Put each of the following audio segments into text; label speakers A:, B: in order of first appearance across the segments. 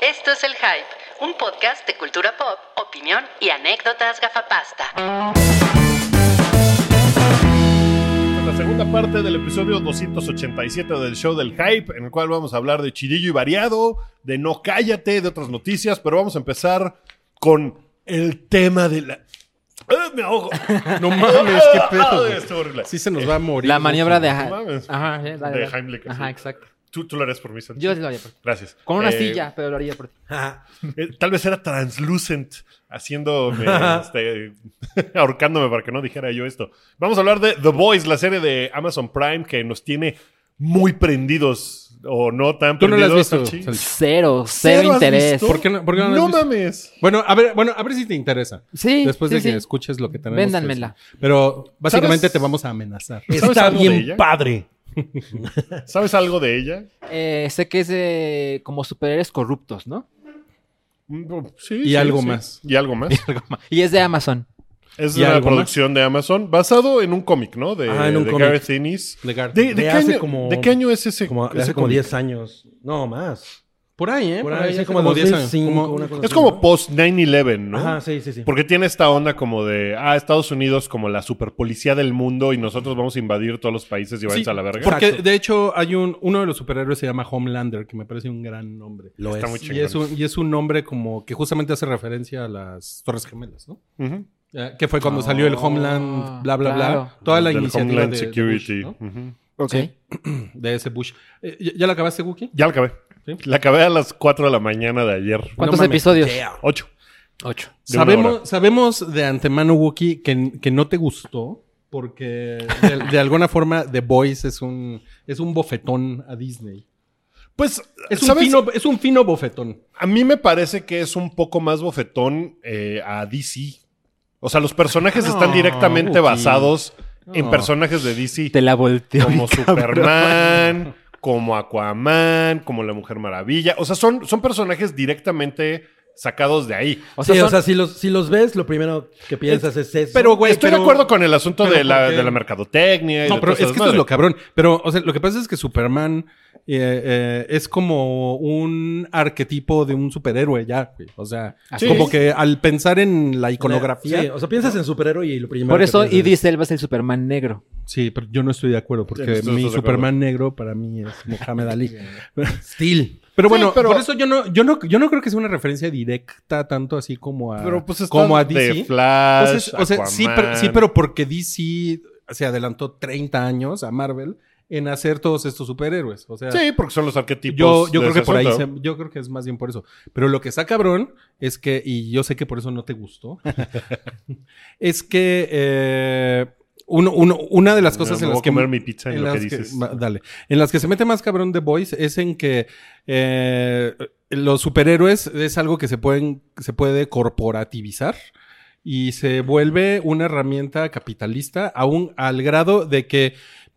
A: Esto es El Hype, un podcast de cultura pop, opinión y anécdotas gafapasta.
B: La segunda parte del episodio 287 del show del hype, en el cual vamos a hablar de chidillo y variado, de no cállate, de otras noticias, pero vamos a empezar con el tema de la... ¡Ah, me ahogo!
C: No mames, qué pedo.
B: Ay,
C: güey.
B: estuvo horrible.
C: Sí se nos va a morir.
D: La maniobra de ajá.
B: No mames.
D: Ajá, sí, la
B: De Heimlich,
D: Ajá,
B: sí.
D: exacto.
B: Tú, tú lo harías por mí, Santi.
D: Yo sí lo haría por ti.
B: Gracias.
D: Con una
B: Eh,
D: silla, pero lo haría por ti.
B: eh, tal vez era translucent, haciéndome, este, ahorcándome para que no dijera yo esto. Vamos a hablar de The Boys, la serie de Amazon Prime que nos tiene muy prendidos o no tan
C: Tú no la has
B: prendidos.
C: visto.
B: Sanchi.
C: Santi.
D: Cero,
B: ¿Cero
D: cero,
B: has
D: interés.
B: visto?
C: ¿Por qué no, por qué no la has
B: No
C: visto?
B: mames.
C: Bueno, a ver, bueno, a ver si te interesa.
D: Sí,
C: Después
D: sí,
C: de que
D: sí.
C: escuches lo que tenemos. que
D: Véndanmela.
C: decir. Pero básicamente
B: ¿Sabes?
C: te vamos a amenazar.
B: ¿Sabes
E: Está
B: algo de ella?
E: bien padre.
B: ¿Sabes algo de ella?
D: Eh, sé que es de como superhéroes corruptos, ¿no?
B: Mm, Sí,
C: Y algo más.
B: Y algo más.
D: Y es de Amazon.
B: Es
C: ¿Y
B: una
C: algo
B: producción de Amazon basado en un cómic, ¿no? De,
E: Ah, en un
B: de
E: cómic.
B: Gareth Ennis.
C: De Garth.
B: ¿De, de
E: De
B: qué
E: hace
B: año,
E: como-
B: ¿De qué año es ese?
E: Como, de
B: ese
E: hace como
B: cómic?
E: 10 años. No, más.
C: Por ahí, ¿eh?
E: Por ahí,
C: hace
E: hace como
C: 10
E: 2005.
C: años.
E: una cosa
B: Es
E: así,
B: como
E: ¿no?
B: post 9-11, ¿no?
E: Ajá, sí, sí, sí.
B: Porque tiene esta onda como de, ah, Estados Unidos como la superpolicía del mundo y nosotros vamos a invadir todos los países y vamos
C: Sí,
B: a la verga.
C: Porque
E: Exacto.
C: de hecho hay un uno de los superhéroes se llama Homelander, que me parece un gran nombre.
E: Lo
B: Está muy
E: es.
B: chingón.
C: Y es, un, y es un nombre como que justamente hace referencia a las Torres Gemelas, ¿no?
B: Ujú.
C: Eh, que fue cuando
D: Ah,
C: salió el Homeland, bla, bla,
D: claro.
C: bla. Toda la
B: Del
C: iniciativa
B: Homeland
C: de, de
B: Security.
C: Bush,
B: Ujú.
D: Ok.
C: ¿no? de ese Bush. Eh, ¿ya, ya la acabaste, Wookie?
B: Ya la acabé.
C: Sí.
B: La acabé a las 4 de la mañana de ayer.
D: ¿Cuántos
C: mames.
D: episodios?
E: Yeah.
B: 8.
D: Ocho.
B: De una
C: Sabemos,
B: hora.
C: sabemos de antemano, Wookie, que, que no te gustó porque de, de alguna forma The Voice es un, es un bofetón a Disney.
B: Pues,
C: Es un,
B: ¿sabes?
C: fino, es un fino bofetón.
B: A mí me parece que es un poco más bofetón eh, a DC. O sea, los personajes están
C: No,
B: directamente
C: Wookie.
B: basados en
C: No.
B: personajes de DC.
D: Te la volteo.
B: como
D: mi
B: Superman, como Aquaman, como la Mujer Maravilla. O sea, son, son personajes directamente sacados de ahí.
D: O
E: Sí,
D: sea,
E: o
D: son-
E: sea, si los, si los ves, lo primero que piensas es eso.
C: Pero, güey,
B: Estoy
C: pero-
B: de acuerdo con el asunto
C: pero
B: de la,
C: porque-
B: de la mercadotecnia. y
C: No,
B: de
C: pero
B: todo
C: es
B: ese
C: que esto es
B: desmadre.
C: lo cabrón. Pero, o sea, lo que pasa es que Superman eh, eh, es como un arquetipo de un superhéroe ya, güey. O sea,
B: Así
C: como
B: es.
C: que al pensar en la iconografía.
E: Sí, o sea, piensas en superhéroe y lo primero
D: por
E: que
D: eso
E: piensas
D: Idris Elba es el Superman negro.
C: Sí, pero yo no estoy de acuerdo
B: Sí, no
C: porque
B: estoy-
C: mi
B: estoy de
C: Superman negro para mí es Mohamed Ali. Steel.
B: Sí,
C: Pero bueno,
B: pero-
C: por eso yo no, yo no, yo no creo que sea una referencia directa tanto así como a,
B: Pero pues está
C: como a
B: de
C: DC.
B: Flash,
C: Entonces, o sea, sí, pero,
B: Aquaman.
C: sí, pero porque DC se adelantó 30 años a Marvel en hacer todos estos superhéroes. O sea,
B: Sí, porque son los arquetipos.
C: yo, yo
B: de
C: creo que
B: ese
C: por ahí
B: asunto.
C: se- yo creo que es más bien por eso. Pero lo que está cabrón es que, y yo sé que por eso no te gustó, es que eh, uno- uno- una de las cosas
B: No,
C: en
B: me
C: las
B: voy a
C: que
B: comer mi pizza en,
C: en
B: lo que
C: las que-
B: dices.
C: ma- dale. En las que se mete más cabrón The Voice es en que eh, los superhéroes es algo que se, pueden, se puede corporativizar y se vuelve una herramienta capitalista aún al grado de que,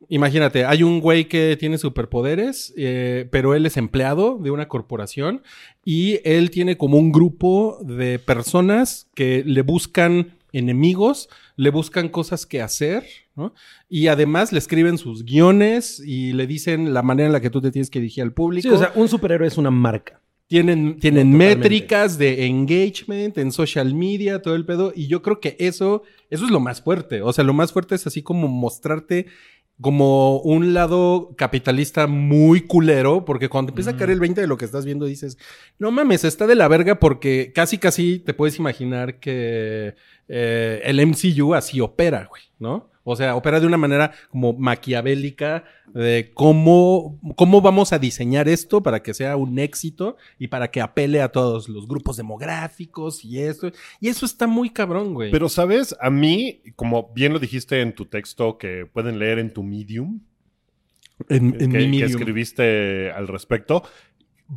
C: imagínate, hay un güey que tiene superpoderes, eh, pero él es empleado de una corporación y él tiene como un grupo de personas que le buscan enemigos, le buscan cosas que hacer, ¿no? Y además le escriben sus guiones y le dicen la manera en la que tú te tienes que dirigir al público.
E: Sí, o sea, un superhéroe es una marca.
C: Tienen, tienen
E: Totalmente.
C: métricas de engagement en social media, todo el pedo. Y yo creo que eso, eso es lo más fuerte. O sea, lo más fuerte es así como mostrarte como un lado capitalista muy culero, porque cuando empieza a caer el 20 de lo que estás viendo dices, no mames, está de la verga porque casi casi te puedes imaginar que eh, el MCU así opera, güey, ¿no? O sea, opera de una manera como maquiavélica de cómo, cómo vamos a diseñar esto para que sea un éxito y para que apele a todos los grupos demográficos y eso. Y eso está muy cabrón, güey.
B: Pero, ¿sabes? A mí, como bien lo dijiste en tu texto que pueden leer en tu medium,
C: en,
B: que,
C: en mi
B: que
C: medium.
B: escribiste al respecto,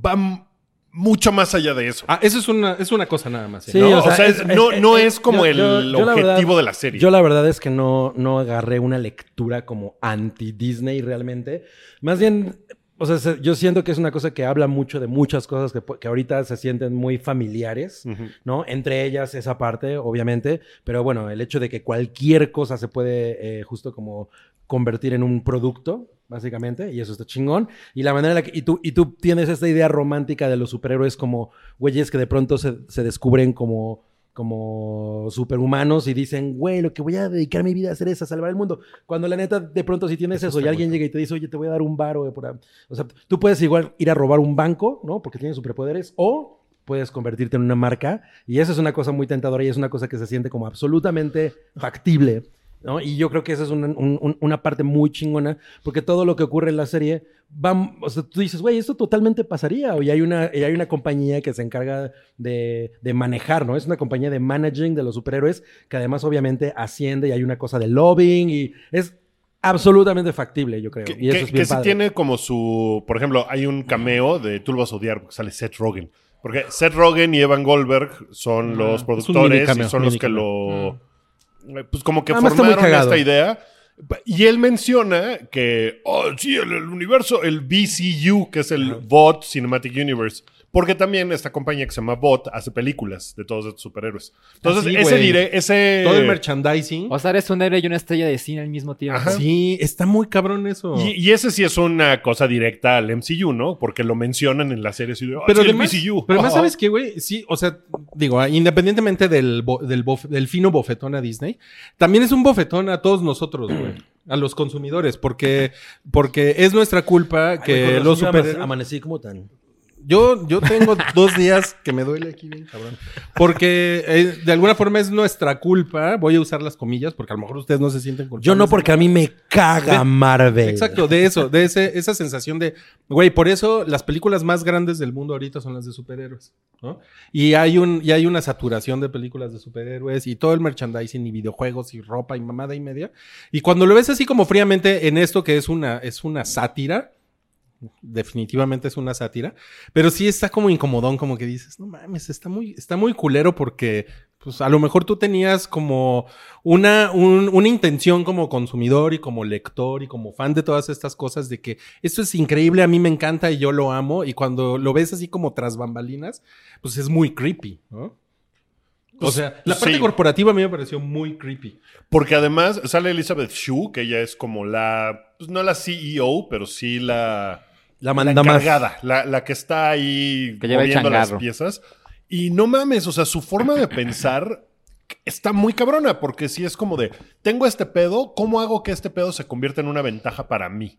B: va m- mucho más allá de eso.
C: Ah, eso es una, es una cosa nada más. ¿eh?
E: Sí,
B: ¿no?
E: o sea,
B: es-
E: es-
B: no,
E: es-
B: no
E: es-
B: es como
E: yo-
B: el
E: yo- yo la
B: objetivo
E: verdad-
B: de la serie.
E: Yo la verdad es que no, no agarré una lectura como anti-Disney realmente. Más bien, o sea, se- yo siento que es una cosa que habla mucho de muchas cosas que, po- que ahorita se sienten muy familiares,
B: Ujú.
E: ¿no? Entre ellas esa parte, obviamente, pero bueno, el hecho de que cualquier cosa se puede eh, justo como convertir en un producto, básicamente, y eso está chingón. Y la manera en la que. Y tú, y tú tienes esta idea romántica de los superhéroes como güeyes que de pronto se, se descubren como como superhumanos y dicen, güey, lo que voy a dedicar mi vida a hacer es a salvar el mundo. Cuando la neta, de pronto, si tienes eso, y alguien llega y te dice, oye, te voy a dar un varo. güey, por a-". O sea, tú puedes igual ir a robar un banco, ¿no? Porque tienes superpoderes, o puedes convertirte en una marca. Y esa es una cosa muy tentadora y es una cosa que se siente como absolutamente factible. ¿no? Y yo creo que esa es una, un- un- una parte muy chingona, porque todo lo que ocurre en la serie, va, o sea, tú dices, güey, esto totalmente pasaría, y hay una, y hay una compañía que se encarga de, de manejar, ¿no? Es una compañía de managing de los superhéroes, que además obviamente asciende y hay una cosa de lobbying, y es absolutamente factible, yo creo.
B: Que,
E: y eso
B: que-
E: es
B: que
E: bien
B: sí
E: padre.
B: tiene como su. Por ejemplo, hay un cameo de Tú lo vas a odiar porque sale Seth Rogen. Porque Seth Rogen y Evan Goldberg
E: Ah,
B: son los productores
C: cameo,
B: y son los
C: mini
B: que lo. eh, Pues como que
E: Ah, más está muy
B: formaron
E: cagado.
B: esta idea. Y él menciona que. Oh, sí, el, el universo, el BCU, que es el Bot Cinematic Universe. Porque también esta compañía que se llama Bot hace películas de todos estos superhéroes.
E: Ah,
B: Entonces,
C: sí,
B: ese
C: güey.
B: diré, ese.
C: Todo el merchandising.
D: O sea, eres un héroe y una estrella de cine al mismo tiempo.
B: Ajá.
C: Sí, está muy cabrón eso.
B: Y, y ese sí es una cosa directa al MCU, ¿no? Porque lo mencionan en la serie. así de, "Ah,
C: pero
B: sí, el
C: además,
B: MCU".
C: pero además,
B: Ah.
C: ¿sabes qué, güey? Sí, o sea, digo, ah, independientemente del, bo- del, bof- del fino bofetón a Disney, también es un bofetón a todos nosotros, güey. A los consumidores, porque, porque es nuestra culpa
E: Ay, güey,
C: que
E: con
C: los
E: razón yo ama-
C: superhéroes...
E: Amanecí como tan...
C: Yo, yo tengo dos días que me duele aquí bien, cabrón. Porque eh, de alguna forma es nuestra culpa. Voy a usar las comillas porque a lo mejor ustedes no se sienten culpables.
E: Yo no, porque a mí me caga
C: Ve-
E: Marvel.
C: Exacto, de eso, de ese, esa sensación de, güey, por eso las películas más grandes del mundo ahorita son las de superhéroes, ¿no? Y hay, un, y hay una saturación de películas de superhéroes y todo el merchandising y videojuegos y ropa y mamada y media. Y cuando lo ves así como fríamente en esto que es una, es una sátira, definitivamente es una sátira, pero sí está como incomodón, como que dices, no mames, está muy, está muy culero porque, pues a lo mejor tú tenías como una, un- una intención como consumidor y como lector y como fan de todas estas cosas de que esto es increíble, a mí me encanta y yo lo amo, y cuando lo ves así como tras bambalinas, pues es muy creepy, ¿no? O
B: Pues,
C: sea, la parte
B: sí.
C: corporativa a mí me pareció muy creepy.
B: Porque además sale Elizabeth Shue, que ella es como la. Pues no la CEO, pero sí la.
E: La
B: La
E: manda más.
B: encargada. La, la que está ahí
D: Que lleva el
B: moviendo las
D: changarro.
B: piezas. Y no mames, o sea, su forma de pensar está muy cabrona, porque sí es como de: tengo este pedo, ¿cómo hago que este pedo se convierta en una ventaja para mí?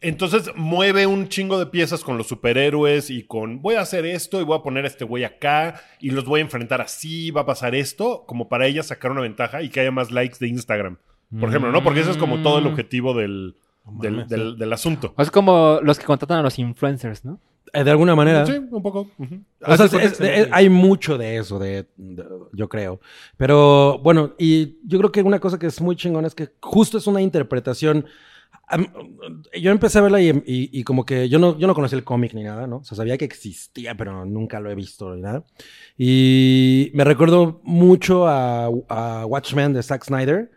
B: Entonces mueve un chingo de piezas con los superhéroes y con voy a hacer esto y voy a poner a este güey acá y los voy a enfrentar así, va a pasar esto, como para ella sacar una ventaja y que haya más likes de Instagram. Por ejemplo, ¿no? Porque ese es como todo el
D: Mm.
B: objetivo del, del,
C: mames,
B: del- del asunto.
D: O es como los que contratan a los influencers, ¿no?
E: Eh, de alguna manera.
B: Sí, un poco. ujú.
E: O sea,
C: Así fue que
E: es-
C: se me
E: es-
C: ocurrió.
E: hay mucho de eso, de, de- yo creo. Pero bueno, y yo creo que una cosa que es muy chingona es que justo es una interpretación. Am- Yo empecé a verla y, y- y como que yo no, yo no conocía el cómic ni nada, ¿no? O sea, sabía que existía, pero nunca lo he visto ni nada. Y me recuerdo mucho a, a Watchmen de Zack Snyder.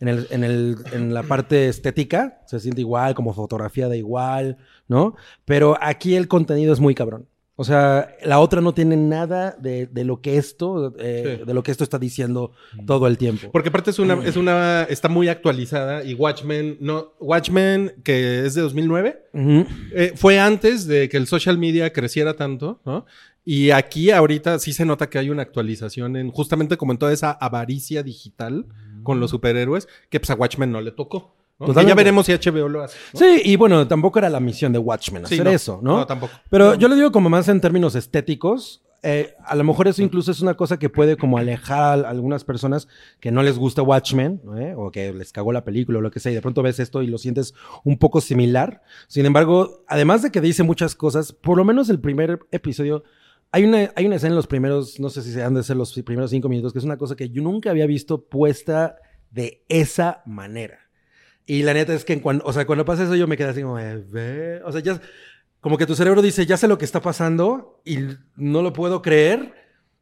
E: En, el, en, el, en la parte estética se siente igual, como fotografía da igual, ¿no? Pero aquí el contenido es muy cabrón. O sea, la otra no tiene nada de, de lo que esto, eh,
C: Sí.
E: de lo que esto está diciendo todo el tiempo.
C: Porque aparte es una,
B: Mm.
C: es una, está muy actualizada y Watchmen, no, Watchmen que es de 2009.
E: Ujú.
C: Eh, fue antes de que el social media creciera tanto, ¿no? Y aquí ahorita sí se nota que hay una actualización en justamente como en toda esa avaricia digital con los superhéroes que pues a Watchmen no le tocó. ¿no? Que
E: Mm. Totalmente.
C: Ya veremos si HBO lo hace. ¿no?
E: Sí, y bueno, tampoco era la misión de Watchmen
C: Sí,
E: hacer
C: no.
E: eso, ¿no?
C: No, tampoco.
E: Pero yo le digo como más en términos estéticos. eh, a lo mejor eso incluso es una cosa que puede como alejar a algunas personas que no les gusta Watchmen ¿no, eh? o que les cagó la película o lo que sea y de pronto ves esto y lo sientes un poco similar. Sin embargo, además de que dice muchas cosas, por lo menos el primer episodio, hay una, hay una escena en los primeros, no sé si se han de ser los primeros cinco minutos, que es una cosa que yo nunca había visto puesta de esa manera. Y la neta es que en cuando, o sea, cuando pasa eso yo me quedé así como, eh, ve, o sea, ya, como que tu cerebro dice, ya sé lo que está pasando y l- no lo puedo creer.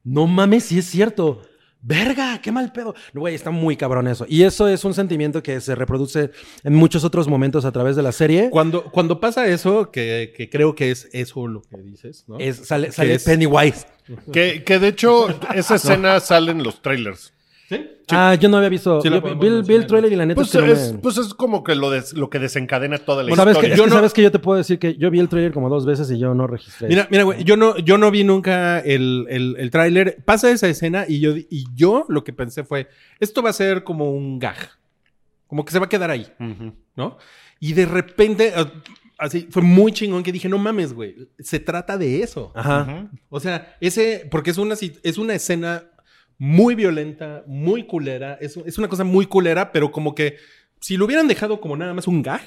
E: No mames, si es cierto. Verga, qué mal pedo. No, Güey, está muy cabrón eso. Y eso es un sentimiento que se reproduce en muchos otros momentos a través de la serie.
C: Cuando, cuando pasa eso, que, que creo que es eso lo que dices, ¿no?
E: Es- sale sale
C: es-
E: Pennywise.
B: Que, que de hecho, esa escena sale en los trailers.
C: ¿Sí?
E: Ah, yo no había visto.
C: Sí, la
E: Yo vi,
C: podemos
E: vi el- vi el
C: mencionar.
E: trailer y la neta
B: Pues
E: es que no
B: es,
E: me-
B: pues es como que lo, des- lo que desencadena toda la
E: Bueno, ¿sabes, que,
B: historia.
E: es
C: Yo
E: que
C: no-
E: sabes que yo te puedo decir que yo vi el trailer como dos veces y yo no registré.
C: Mira, mira, güey, yo no, yo no vi nunca el, el, el tráiler. Pasa esa escena y yo, di- y yo lo que pensé fue, esto va a ser como un gag. Como que se va a quedar ahí,
B: Ujú.
C: ¿no? Y de repente, ah, así, fue muy chingón que dije, no mames, güey, se trata de eso.
E: Ajá.
C: O sea, ese, porque es una, sit- es una escena muy violenta, muy culera, es, es una cosa muy culera, pero como que si lo hubieran dejado como nada más un gag,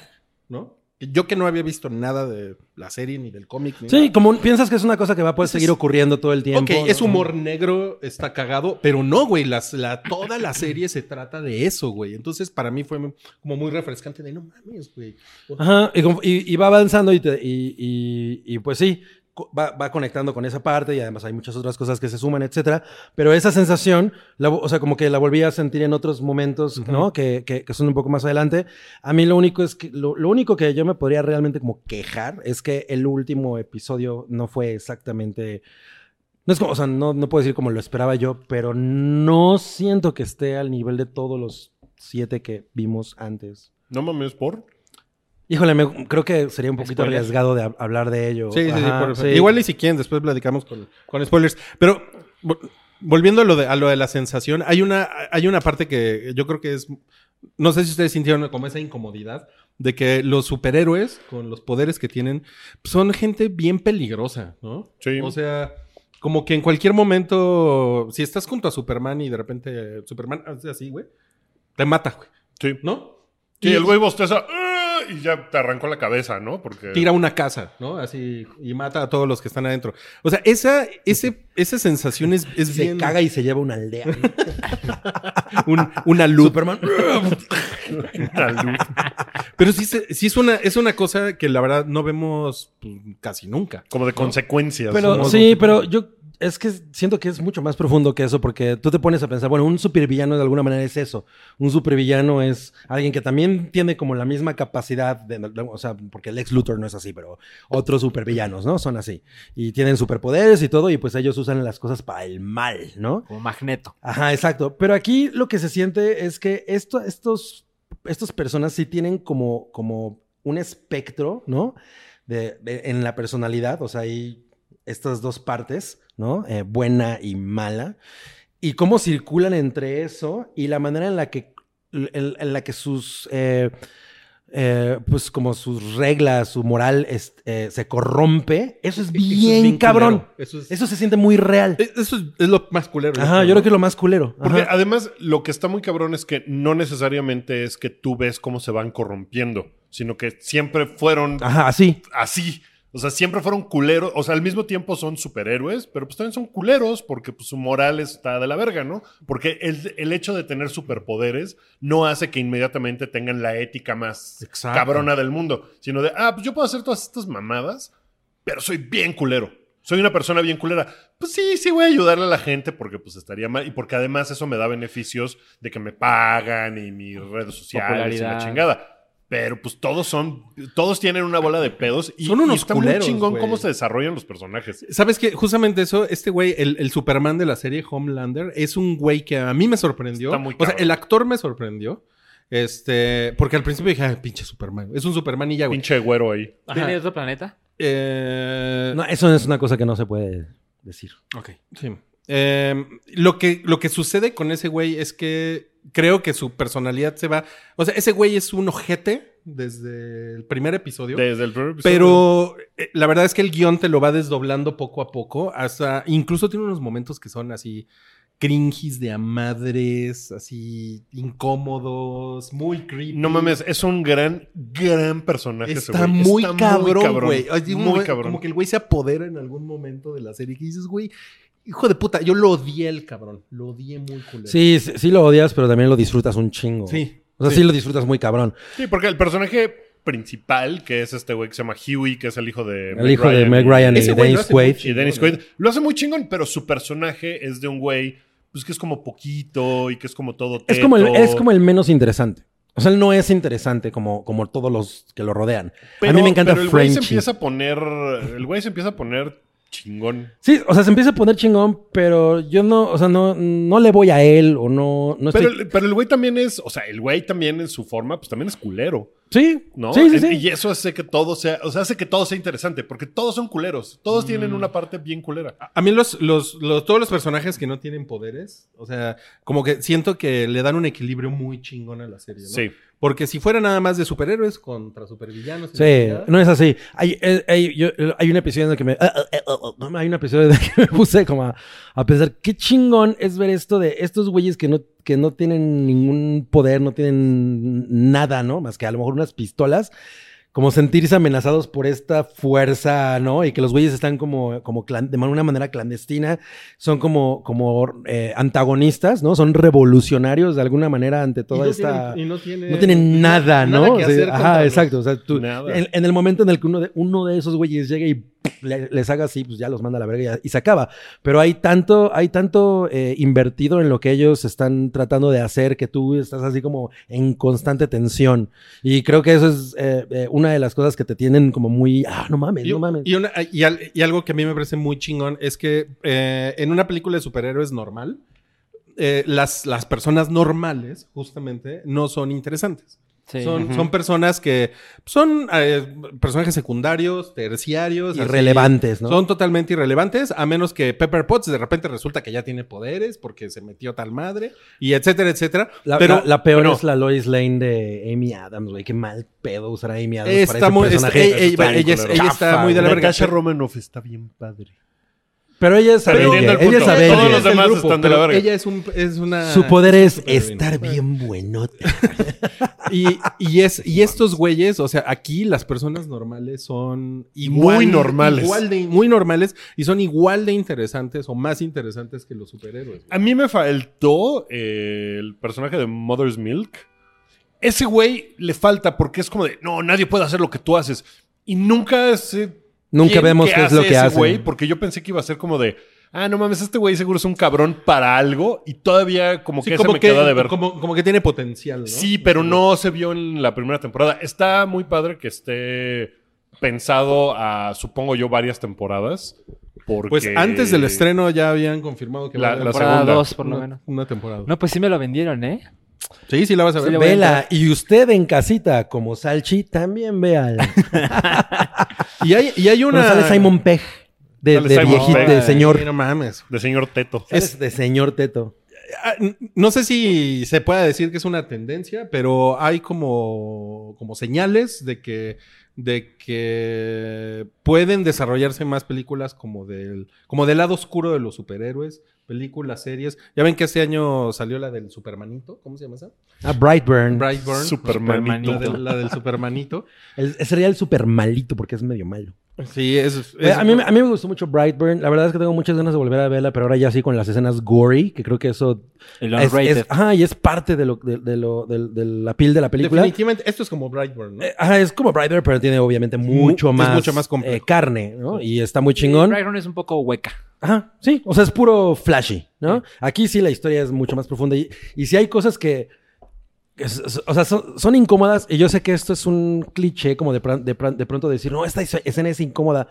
C: ¿no? Yo que no había visto nada de la serie ni del cómic. ni nada.
E: Sí, como un- piensas que es una cosa que va a poder
C: Dices,
E: seguir ocurriendo todo el tiempo.
C: Ok,
E: ¿no?
C: es humor negro, está cagado, pero no, güey, las, la, toda la serie se trata de eso, güey. Entonces, para mí fue como muy refrescante de, no mames, güey.
E: Ajá, y, como- y- y va avanzando y, te- y- y- y, pues sí, co- va, va conectando con esa parte y además hay muchas otras cosas que se suman, etcétera. Pero esa sensación, la vo- o sea, como que la volví a sentir en otros momentos, ¿no? Que, que- que son un poco más adelante. A mí lo único es que, lo, lo único que yo me podría realmente como quejar es que el último episodio no fue exactamente... No es como, o sea, no, no puedo decir como lo esperaba yo, pero no siento que esté al nivel de todos los siete que vimos antes.
B: No mames, por.
E: Híjole, me- creo que sería un poquito
D: Spoiler.
E: arriesgado de hab- hablar de ello.
C: Sí, sí, sí,
E: Ajá,
C: por- Igual y si quieren, después platicamos con, con spoilers. Pero vol- volviendo a lo, de, a lo de la sensación, hay una, hay una parte que yo creo que es. No sé si ustedes sintieron como esa incomodidad de que los superhéroes, con los poderes que tienen, son gente bien peligrosa, ¿no?
B: Sí.
C: O sea. Como que en cualquier momento, si estás junto a Superman y de repente eh, Superman hace así, güey, te mata, güey,
B: Sí.
C: ¿no?
B: Sí,
C: Y-
B: el güey bosteza "Ah", y ya te arrancó la cabeza, ¿no? Porque.
C: tira una casa, ¿no? Así y mata a todos los que están adentro. O sea, esa, ese, esa sensación es, es
E: se
C: bien
E: caga y se lleva una aldea.
C: un- una luz.
E: Superman.
C: Pero sí, se- sí es una, es una cosa que la verdad no vemos pues, casi nunca.
B: Como de consecuencias.
E: pero
B: ¿no?
E: sí, pero yo es que siento que es mucho más profundo que eso porque tú te pones a pensar, bueno, un supervillano de alguna manera es eso. Un supervillano es alguien que también tiene como la misma capacidad de, de- o sea, porque Lex Luthor no es así, pero otros supervillanos, ¿no? Son así y tienen superpoderes y todo y pues ellos usan las cosas para el mal, ¿no?
D: Como magneto.
E: Ajá, exacto. Pero aquí lo que se siente es que esto, estos, estas personas sí tienen como, como un espectro, ¿no? De, de- en la personalidad, o sea, hay estas dos partes, ¿no? Eh, buena y mala. Y cómo circulan entre eso y la manera en la que, en, en la que sus, eh, eh, pues como sus reglas, su moral es- eh, se corrompe. Eso es bien,
C: Eso es bien
E: cabrón.
C: culero. Eso es,
E: Eso se siente muy real.
C: es- eso es- es lo más culero.
E: Ajá, yo creo que es lo más culero.
B: Porque
E: Ajá.
B: además, lo que está muy cabrón es que no necesariamente es que tú ves cómo se van corrompiendo, sino que siempre fueron
E: Ajá, así.
B: así. O sea, siempre fueron culeros. O sea, al mismo tiempo son superhéroes, pero pues también son culeros porque pues, su moral está de la verga, ¿no? Porque el, el hecho de tener superpoderes no hace que inmediatamente tengan la ética más
C: Exacto.
B: cabrona del mundo, sino de, ah, pues yo puedo hacer todas estas mamadas, pero soy bien culero. Soy una persona bien culera. Pues sí, sí voy a ayudarle a la gente porque pues estaría mal y porque además eso me da beneficios de que me pagan y mis redes sociales y la
D: Popularidad.
B: chingada. Pero pues todos son, todos tienen una bola de pedos y,
C: Son unos
B: y está
C: culeros,
B: muy chingón
C: güey.
B: cómo se desarrollan los personajes.
C: ¿Sabes qué? Justamente eso, este güey, el, el Superman de la serie Homelander, es un güey que a mí me sorprendió.
B: Está muy
C: o sea,
B: cabrón.
C: el actor me sorprendió. Este, porque al principio dije, ah, pinche Superman. Es un Superman y ya, güey.
B: Pinche güero ahí.
C: Ajá.
D: ¿Tiene otro planeta?
C: Eh,
E: No, eso es una cosa que no se puede decir.
C: Ok. Sí. Eh, lo, que, lo que sucede con ese güey es que creo que su personalidad se va. O sea, ese güey es un ojete desde el primer episodio.
B: Desde el primer episodio.
C: pero eh, la verdad es que el guión te lo va desdoblando poco a poco. Hasta incluso tiene unos momentos que son así cringis de amadres, así incómodos, muy creepy.
B: No mames, es un gran, gran personaje ese
C: Está,
B: güey.
C: muy,
B: Está
C: cabrón, güey. Hay un
B: Muy
C: momento-
B: cabrón.
C: Como que el güey se apodera en algún momento de la serie y dices, güey, hijo de puta, yo lo odié el cabrón. Lo odié muy culero.
E: Sí, sí, sí lo odias, pero también lo disfrutas un chingo.
C: Sí.
E: O sea, sí, lo disfrutas muy cabrón.
B: Sí, porque el personaje principal, que es este güey que se llama Huey, que es el hijo de...
E: El hijo de Meg Ryan y
C: Ese güey lo
E: Dennis
C: hace muy
E: Quaid.
B: y Dennis Quaid. Lo hace muy chingón, pero su personaje es de un güey pues que es como poquito y que es como todo
E: Es como, el,
B: teto.
E: es como el menos interesante. O sea, él no es interesante como, como todos los que lo rodean.
B: Pero-
E: a mí me encanta
B: pero el güey se
E: Frenchy.
B: empieza a poner el güey se empieza a poner Chingón.
E: Sí, o sea, se empieza a poner chingón, pero yo no, o sea, no, no le voy a él o no, no
B: Pero,
E: estoy...
B: el- pero el güey también es, o sea, el güey también en su forma, pues también es culero,
E: Sí,
B: ¿no?
E: sí, sí,
B: En-
E: sí.
B: Y eso hace que todo sea, o sea, hace que todo sea interesante, porque todos son culeros, todos
E: Mm.
B: tienen una parte bien culera.
E: Ah,
C: A mí los, los, los- todos los personajes que no tienen poderes, o sea, como que siento que le dan un equilibrio muy chingón a la serie, ¿no?
B: Sí.
C: Porque si fuera nada más de superhéroes contra supervillanos. y la
E: Sí,
C: chingada,
E: no es así. Hay, eh, hay- yo- hay un episodio en el que me... eh, no, Hay un episodio en el que me puse como a, a pensar, qué chingón es ver esto de estos güeyes que no, que no tienen ningún poder, no tienen nada, ¿no? Más que a lo mejor unas pistolas. Como sentirse amenazados por esta fuerza, ¿no? Y que los güeyes están como, como clan- de una manera clandestina, son como, como eh, antagonistas, ¿no? Son revolucionarios de alguna manera ante
C: y
E: toda
C: no
E: esta.
C: tienen- y no tienen,
E: No tienen nada, ¿no?
C: nada que
E: O sea,
C: hacer contra
E: ajá,
C: los-
E: exacto. O sea, tú-
B: Nada.
E: en, en el momento en el que uno de, uno de esos güeyes llega y ¡pum! le- les haga así, pues ya los manda a la verga y ya- y, se acaba. Pero hay tanto, hay tanto eh, invertido en lo que ellos están tratando de hacer que tú estás así como en constante tensión. Y creo que eso es eh, eh, una de las cosas que te tienen como muy, ah, no mames,
C: Y,
E: no mames.
C: y una- y al- y algo que a mí me parece muy chingón es que eh, en una película de superhéroes normal, eh, las, las personas normales, justamente, no son interesantes.
D: Sí.
C: son, son personas que son eh, personajes secundarios, terciarios. así.
E: Irrelevantes, ¿no?
C: Son totalmente irrelevantes, a menos que Pepper Potts de repente resulta que ya tiene poderes porque se metió tal madre, y etcétera, etcétera.
E: La,
C: Pero
E: la- la peor
B: bueno.
E: es la Lois Lane de Amy Adams, güey. Qué mal pedo usar a Amy Adams para
C: está
E: ese
C: muy, está-
E: personaje.
C: ella- ella- ella-
B: Chafa,
C: ella está
E: güey.
C: muy de la verga.
B: Natasha Romanoff está bien padre.
E: Pero ella es
B: Pero
E: Avenger,
B: entiendo el
E: Ella es
B: punto.
E: Avenger.
B: Todos los demás están de la
C: pero
B: verga.
C: Ella es, un, es una.
E: Su poder es
C: superheroína.
E: estar bien buenota.
C: Y, y es, y estos güeyes, o sea, aquí las personas normales son igual,
B: Muy normales.
C: igual de, muy normales y son igual de interesantes o más interesantes que los superhéroes. güey.
B: A mí me faltó eh, el personaje de Mother's Milk. Ese güey le falta porque es como de, no, nadie puede hacer lo que tú haces. Y nunca sé
E: Nunca
B: quién
E: vemos qué es lo que
B: ese
E: hace.
B: güey, porque yo pensé que iba a ser como de, ah, no mames, este güey seguro es un cabrón para algo. Y todavía como que
C: Sí,
B: ese me queda de ver.
C: Como, como que tiene potencial, ¿no?
B: Sí, pero no se vio en la primera temporada. Está muy padre que esté pensado a, supongo yo, varias temporadas. Porque...
C: Pues antes del estreno ya habían confirmado que
B: La-
C: va a
B: la
C: haber
D: Temporada
B: segunda.
D: dos, por lo
C: una,
D: menos.
C: una temporada.
D: No, pues sí me lo vendieron, ¿eh?
C: Sí, sí la vas a ver.
D: Sí, la voy a-
E: Vela, y usted en casita, como Salchi, también véala.
C: y hay, y hay
E: Una...
C: una.
E: Sale Simon Pegg, de,
B: Sale
E: de
B: Simon
E: viejito,
B: Pegg.
E: de señor.
C: Ay, no mames.
B: De señor Teto.
E: Es de señor Teto.
C: Ah, n- No sé si se pueda decir que es una tendencia, pero hay como, como señales de que, de que pueden desarrollarse más películas como del, como del lado oscuro de los superhéroes, películas, series. Ya ven que este año salió la del Supermanito, ¿cómo se llama esa?
E: Ah, Brightburn.
C: Brightburn.
B: Supermanito.
C: La, del- la del Supermanito.
E: El- sería el super malito porque es medio malo.
C: Sí, es,
E: Eh,
C: es-
E: a, mí, me- a mí me gustó mucho Brightburn. La verdad es que tengo muchas ganas de volver a verla, pero ahora ya sí con las escenas gory, que creo que eso
D: El
E: es,
D: underrated.
E: es- ajá, y es parte de, lo, de, de lo, de- de la piel de la película.
C: definitivamente esto es como Brightburn, ¿no?
E: Eh, Ajá, es como Brightburn, pero tiene obviamente
C: Mu-
E: mucho
C: es
E: más,
C: mucho más complejo.
E: eh, carne, ¿no? Y está muy chingón.
D: Dragon es un poco hueca.
E: Ajá, sí. O sea, es puro flashy, ¿no? Aquí sí la historia es mucho más profunda. Y, y sí hay cosas que. que s- s- O sea, son, son incómodas. Y yo sé que esto es un cliché, como de, pran- de pran- de pronto decir, no, esta es- escena es incómoda.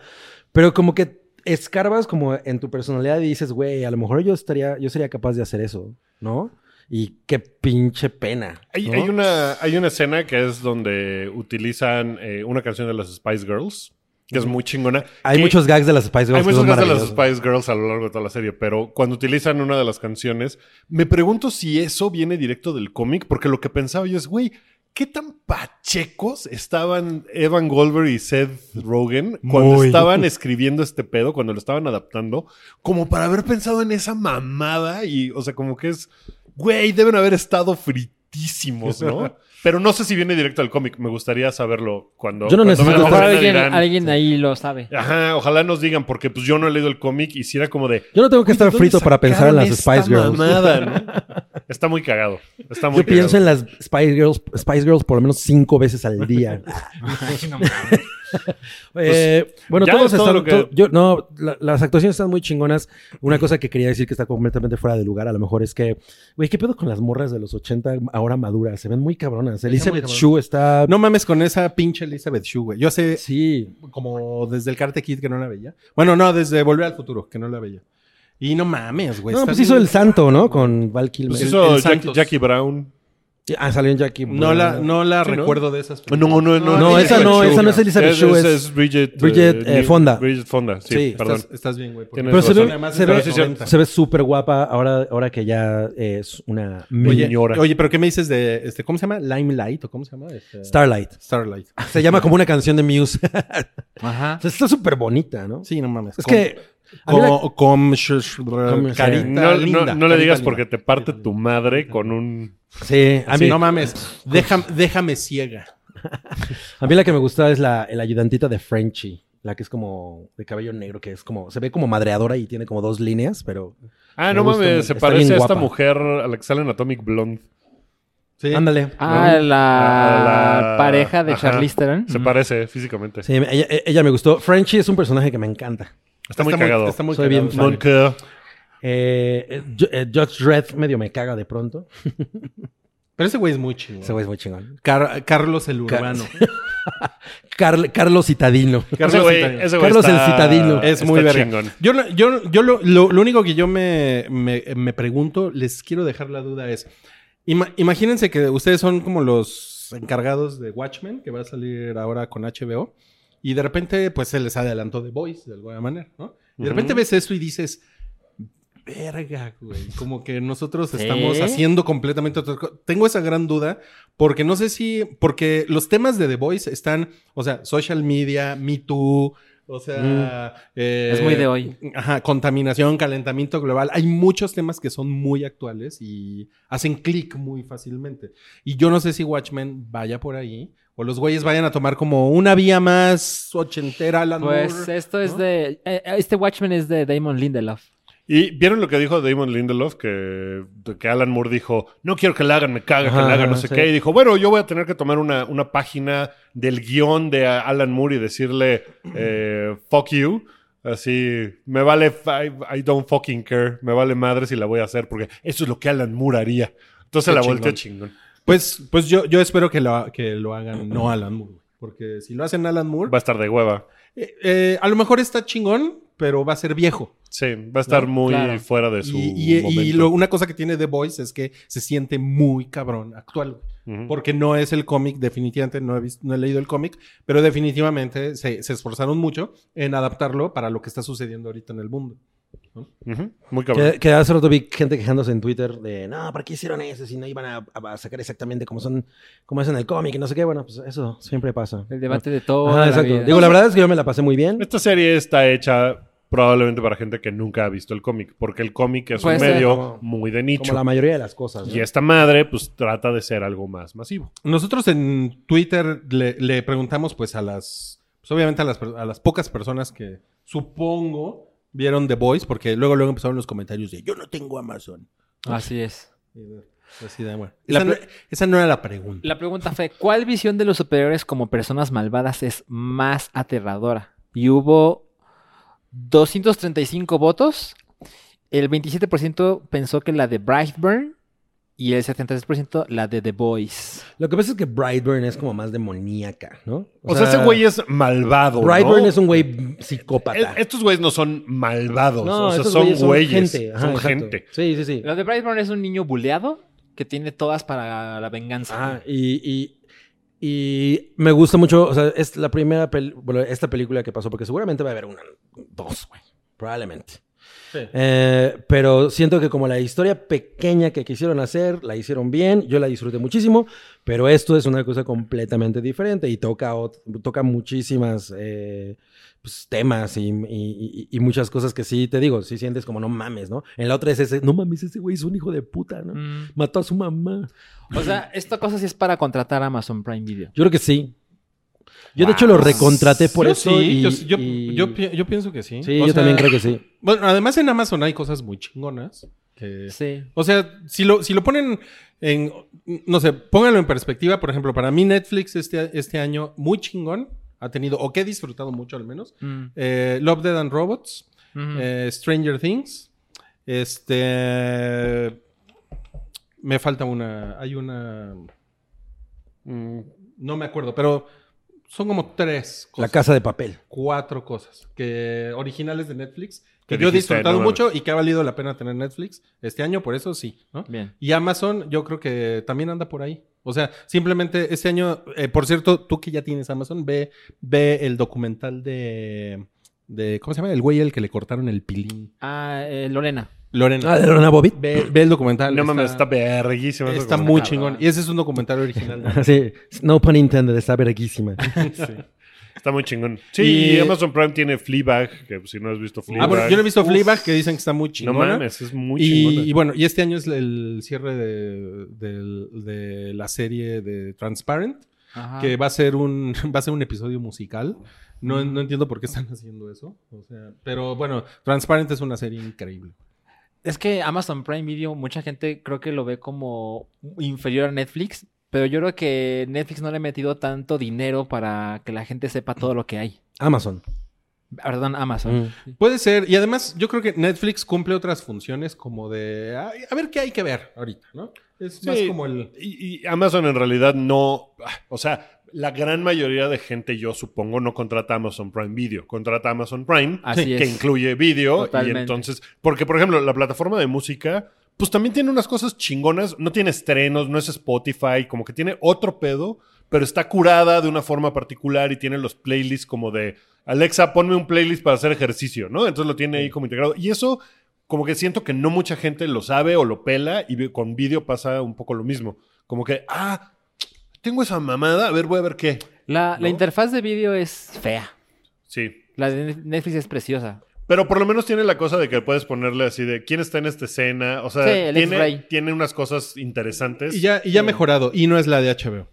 E: Pero como que escarbas como en tu personalidad y dices, güey, a lo mejor yo estaría, yo sería capaz de hacer eso, ¿no? Y qué pinche pena.
B: Hay,
E: ¿no?
B: hay una, hay una escena que es donde utilizan eh, una canción de las Spice Girls, que es muy chingona.
E: Hay
B: que-
E: muchos gags de las Spice Girls.
B: Hay
E: que
B: muchos
E: son
B: casos de las
E: maravillosos.
B: Spice Girls a lo largo de toda la serie, pero cuando utilizan una de las canciones, me pregunto si eso viene directo del cómic, porque lo que pensaba yo es, güey, ¿qué tan pachecos estaban Evan Goldberg y Seth Rogen cuando
E: Muy.
B: estaban escribiendo este pedo, cuando lo estaban adaptando, como para haber pensado en esa mamada y, o sea, como que es, güey, deben haber estado fritísimos, ¿no? Pero no sé si viene directo del cómic, me gustaría saberlo cuando...
E: Yo no
B: cuando
E: necesito
B: me
E: estar-
B: lo
D: Ojalá
B: ordenen,
D: alguien,
B: dirán.
D: alguien ahí lo sabe.
B: Ajá, ojalá nos digan, porque pues yo no he leído el cómic y si era como de.
E: Yo no tengo
B: "Oye,
E: que estar
B: ¿dónde
E: frito para pensar en las
B: sacaron
E: Spice
B: esta
E: Girls.
B: mamada, no?" Está muy cagado. Está muy
E: Yo pienso
B: cagado.
E: en las Spice Girls, Spice Girls por lo menos cinco veces al día.
F: Ay, no mames.
E: Eh, bueno,
B: ya
E: todos
B: es todo
E: están-
B: lo que-
E: to- yo- no, la- las actuaciones están muy chingonas. Una cosa que quería decir que está completamente fuera de lugar, a lo mejor es que, güey, ¿qué pedo con las morras de los 80 ahora maduras? Se ven muy cabronas. Elizabeth
C: cabronas.
E: Shue está.
C: No mames con esa pinche Elizabeth Shue, güey. Yo sé
E: Sí,
C: como desde el Karate Kid que no la veía. Bueno, no, desde Volver al Futuro que no la veía. Y no mames, güey.
E: no,
C: está
E: pues hizo
C: bien-
E: el santo, ¿no? Con Val Kilmer.
B: Pues
C: el-
B: hizo
C: el
B: Jack-
C: Santos.
B: Jackie Brown.
E: Ah, salió en Jackie.
C: No la, no la
B: Sí, ¿no?
C: recuerdo de esas
B: No, no, no.
E: No,
C: Elizabeth
E: esa no,
C: Shue,
E: esa no es
C: cabrón.
E: Elizabeth Shue.
B: Es,
E: es-
B: es Bridget, eh,
E: Bridget, eh,
B: Ni-
E: Fonda.
B: Bridget Fonda, sí,
E: Sí,
B: perdón.
C: Estás, estás bien, güey. porque-
B: Tienes
E: Pero se
B: razón.
E: ve,
C: Además,
E: se,
C: de
E: ve,
C: los 90.
E: se ve súper guapa ahora, ahora que ya es una
C: Oye,
B: Señora.
C: oye, pero ¿qué me dices de este? ¿Cómo se llama? Limelight o cómo se llama? Este-
E: Starlight.
C: Starlight.
E: Se llama como una canción de Muse.
D: Ajá.
E: está súper bonita, ¿no?
C: Sí, no mames.
E: Es
C: Com-
E: que a mí la-
C: com- com- sh- sh-
E: Com-
C: carita
B: No, no- no
C: linda,
B: le
C: carita
B: digas
C: linda.
B: porque te parte tu madre con un...
E: sí, a
C: Sí,
E: mí,
C: no mames. Déjame, déjame ciega.
E: a mí la que me gusta es la el ayudantita de Frenchy, la que es como de cabello negro, que es como se ve como madreadora y tiene como dos líneas, pero
B: Ah,
E: Me
B: no
E: gusta
B: mames,
E: mucho.
B: se
E: Está
B: parece
E: bien
B: a esta
E: guapa.
B: mujer a la que sale en Atomic Blonde.
E: ándale.
D: Ah, la,
B: La- la-
D: pareja de
B: ajá.
D: Charlize Theron.
B: Se parece físicamente.
E: Sí, ella, e, ella me gustó. Frenchy es un personaje que me encanta.
B: Está muy cagado.
C: Está muy
E: Soy
C: cagado.
E: bien
C: Está
E: fan.
C: bien.
B: Moncur.
E: Eh, eh, Jo- eh, Judge Dredd medio me caga de pronto.
C: Pero ese güey es muy chingón.
E: Ese güey es muy chingón.
C: Car- Carlos el Urbano.
E: Carl- Carlos Citadino.
B: Ese
C: Carlos
B: güey-
C: Italiano.
B: ese güey
E: Carlos el
B: está-
E: Citadino.
C: es muy
B: está
C: verga.
B: chingón.
C: Yo, lo- yo, yo lo, lo- lo único que yo me, me- me pregunto, les quiero dejar la duda es, ima- imagínense que ustedes son como los encargados de Watchmen, que va a salir ahora con HBO, y de repente pues se les adelantó The Voice de alguna manera, ¿no? Y de repente
B: Ujú.
C: ves esto y dices, verga, güey, como que nosotros
D: ¿Sí?
C: estamos haciendo completamente otra cosa. Tengo esa gran duda porque no sé si, porque los temas de The Voice están, o sea, social media, Me Too, o sea, eh,
D: Es muy de hoy.
C: Ajá, contaminación, calentamiento global. Hay muchos temas que son muy actuales y hacen clic muy fácilmente. Y yo no sé si Watchmen vaya por ahí o los güeyes vayan a tomar como una vía más ochentera, Alan
D: Pues
C: Moore,
D: esto es
C: ¿no?
D: de. eh, este Watchmen es de Damon Lindelof.
B: ¿Y vieron lo que dijo Damon Lindelof? Que, que Alan Moore dijo, no quiero que la hagan, me caga que
E: Ajá,
B: la hagan, no
E: ajá,
B: sé
E: sí.
B: qué. Y dijo, bueno, yo voy a tener que tomar una, una página del guión de a- Alan Moore y decirle, eh, fuck you. Así, me vale, f- I, I don't fucking care, me vale madre si la voy a hacer, porque eso es lo que Alan Moore haría. Entonces
C: Qué
B: la
C: chingón.
B: volteó chingón.
C: Pues, pues yo, yo espero que lo, que lo hagan, no Alan Moore. güey. Porque si lo hacen Alan Moore,
B: Va a estar de hueva.
C: eh, eh, a lo mejor está chingón, pero va a ser viejo.
B: Sí, va a estar muy
D: claro.
B: fuera de su
C: Y, y- y
B: momento.
C: lo- una cosa que tiene The Voice es que se siente muy cabrón actual. güey.
B: Ujú.
C: Porque no es el cómic, definitivamente no he, visto, no he leído el cómic, pero definitivamente se, se esforzaron mucho en adaptarlo para lo que está sucediendo ahorita en el mundo.
B: Ujú. Muy cabrón.
E: Que, que hace rato vi gente quejándose en Twitter de, no, ¿para qué hicieron eso si no iban a, a- a sacar exactamente como son, como es en el cómic y no sé qué? Bueno, pues eso siempre pasa.
D: El debate de todo.
E: Ajá, exacto. Digo, la verdad es que yo me la pasé muy bien.
B: Esta serie está hecha probablemente para gente que nunca ha visto el cómic, porque el cómic es
D: Puede
B: un
D: ser.
B: medio
E: Como-
B: muy de
E: Como
B: nicho.
E: la mayoría de las cosas. ¿no?
B: Y esta madre, pues trata de ser algo más masivo.
C: Nosotros en Twitter le, le preguntamos, pues, a las. pues, obviamente a las, per- a las pocas personas que supongo vieron The Voice, porque luego, luego empezaron los comentarios de yo no tengo Amazon.
D: Así es.
C: Y de- así de, bueno.
D: La
C: Esa, no,
D: pre-
C: esa no era la pregunta.
D: La pregunta fue: ¿Cuál visión de los superiores como personas malvadas es más aterradora? Y hubo 235 votos. El 27% pensó que la de Brightburn. Y el 73% la de The Boys.
E: Lo que pasa es que Brightburn es como más demoníaca, ¿no?
B: O, sea, ese güey es malvado.
E: Brightburn
B: ¿no?
E: es un güey psicópata.
B: Eh, Estos güeyes no son malvados. o sea,
E: estos
B: son
E: son
B: güeyes. Son gente.
E: Ajá, exacto. Sí, sí, sí.
D: La de Brightburn es un niño buleado que tiene todas para la venganza.
E: Ajá, Ah, y, y- y me gusta mucho, o sea, es la primera, pel- bueno, esta película que pasó, porque seguramente va a haber una, dos, güey, probablemente. Eh, pero siento que como la historia pequeña que quisieron hacer, la hicieron bien, yo la disfruté muchísimo, pero esto es una cosa completamente diferente y toca, ot- toca muchísimas eh, pues, temas y, y- y- y muchas cosas que sí, te digo, sí sientes como no mames, ¿no? En la otra es ese, no mames, ese güey es un hijo de puta, ¿no?
D: Mm.
E: Mató a su mamá.
D: O sea, esta cosa sí es para contratar a Amazon Prime Video.
E: Yo creo que sí. Yo de hecho lo recontraté por
C: Yo
E: eso.
C: sí,
E: y-
C: yo, yo-
E: y-
C: yo pi- yo pienso que sí.
E: sí,
C: O
E: yo
C: sea,
E: también creo que sí.
C: Bueno, además en Amazon hay cosas muy chingonas. que-
D: Sí.
C: O sea, si lo, si lo ponen en, no sé, pónganlo en perspectiva, por ejemplo, para mí Netflix este, este año muy chingón ha tenido, o que he disfrutado mucho al menos,
D: Mm.
C: eh, Love, Dead and Robots,
B: Mm.
D: Ujú.
C: eh, Stranger Things, este... Me falta una, hay una... mm, no me acuerdo, pero son como tres
E: La
C: cosas
E: casa de papel.
C: cuatro cosas que originales de Netflix
B: Que
C: que yo he
B: dijiste,
C: disfrutado
B: no mames.
C: mucho y que ha valido la pena tener Netflix este año, por eso sí, ¿no?
D: Bien.
C: Y Amazon yo creo que también anda por ahí. O sea, simplemente este año, eh, por cierto, tú que ya tienes Amazon, ve, ve el documental de, de, ¿cómo se llama? El güey el que le cortaron el pilín.
D: Ah, eh, Lorena.
C: Lorena.
E: Ah, de Lorena Bobbitt.
C: Ve, ve el documental.
B: No mames, está verguísima. esa
C: está
B: cosa.
C: muy
D: documental,
C: chingón.
D: ¿verdad?
C: Y ese es un documental original. ¿no?
E: Sí, no pun intended, está verguísima.
C: Sí.
B: Está muy chingón. Sí,
C: Y-
B: y Amazon Prime tiene Fleabag, que si no has visto Fleabag.
C: Ah, bueno, yo no he visto Fleabag, que dicen que está muy
B: No
C: chingón.
B: mames, es muy chingona.
C: Y, y bueno, y este año es el cierre de, del- de la serie de Transparent,
D: Ajá.
C: que va a ser un, va a ser un episodio musical. No, no entiendo por qué están haciendo eso. O sea, pero bueno, Transparent es una serie increíble.
D: Es que Amazon Prime Video, mucha gente creo que lo ve como inferior a Netflix, pero yo creo que Netflix no le ha metido tanto dinero para que la gente sepa todo lo que hay. Ah,
E: Amazon.
D: Perdón, Amazon.
C: Puede ser, y además yo creo que Netflix cumple otras funciones como de "Ay, a ver qué hay que ver ahorita, ¿no? Es
B: Sí.
C: más como el
B: Y, y Amazon en realidad no, ah, o sea, la gran mayoría de gente, yo supongo, no contrata Amazon Prime Video, contrata Amazon Prime,
D: Así
B: que
D: es.
B: incluye video,
D: Totalmente.
B: y entonces, porque por ejemplo, la plataforma de música, pues también tiene unas cosas chingonas, no tiene estrenos, no es Spotify, como que tiene otro pedo, pero está curada de una forma particular y tiene los playlists como de, Alexa, ponme un playlist para hacer ejercicio, ¿no? Entonces lo tiene ahí como integrado. Y eso como que siento que no mucha gente lo sabe o lo pela y vi- con vídeo pasa un poco lo mismo. Como que, ah, tengo esa mamada, a ver, voy a ver qué.
D: La, la
B: ¿No?
D: interfaz de video es fea.
B: Sí.
D: La de Netflix es preciosa.
B: Pero por lo menos tiene la cosa de que puedes ponerle así de quién está en esta escena. O sea,
D: Sí, el
B: tiene,
D: X-ray.
B: tiene unas cosas interesantes.
C: y ya y ya mejorado y no es la de HBO.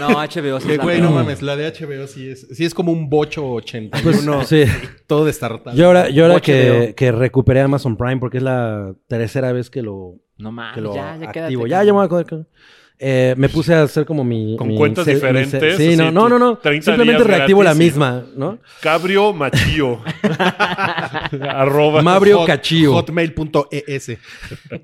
D: No, HBO sí
C: Que
D: es la
C: güey, no
D: peor.
C: mames, la de HBO sí es sí es como un bocho 81,
E: Pues, sí.
C: todo destartado.
E: Yo ahora, yo ahora que,
D: HBO.
E: que recuperé Amazon Prime, porque es la tercera vez que lo,
D: No
E: que
D: mames,
E: lo
D: Ah, ya, ya quédate.
E: activo. Ya, ya me voy a acordar que- eh, me puse a hacer como mi.
B: Con
E: mi
B: cuentas
E: cel- mi cel-
B: diferentes,
E: Sí, no,
B: así,
E: no,
B: tus
E: no. no.
B: 30
E: Simplemente
B: días
E: reactivo la
B: gratis,
E: misma, ¿no?
B: Cabrio Machío. Arroba.
E: Mabrio
C: Hot- E
E: Cachío.
C: Hotmail.es.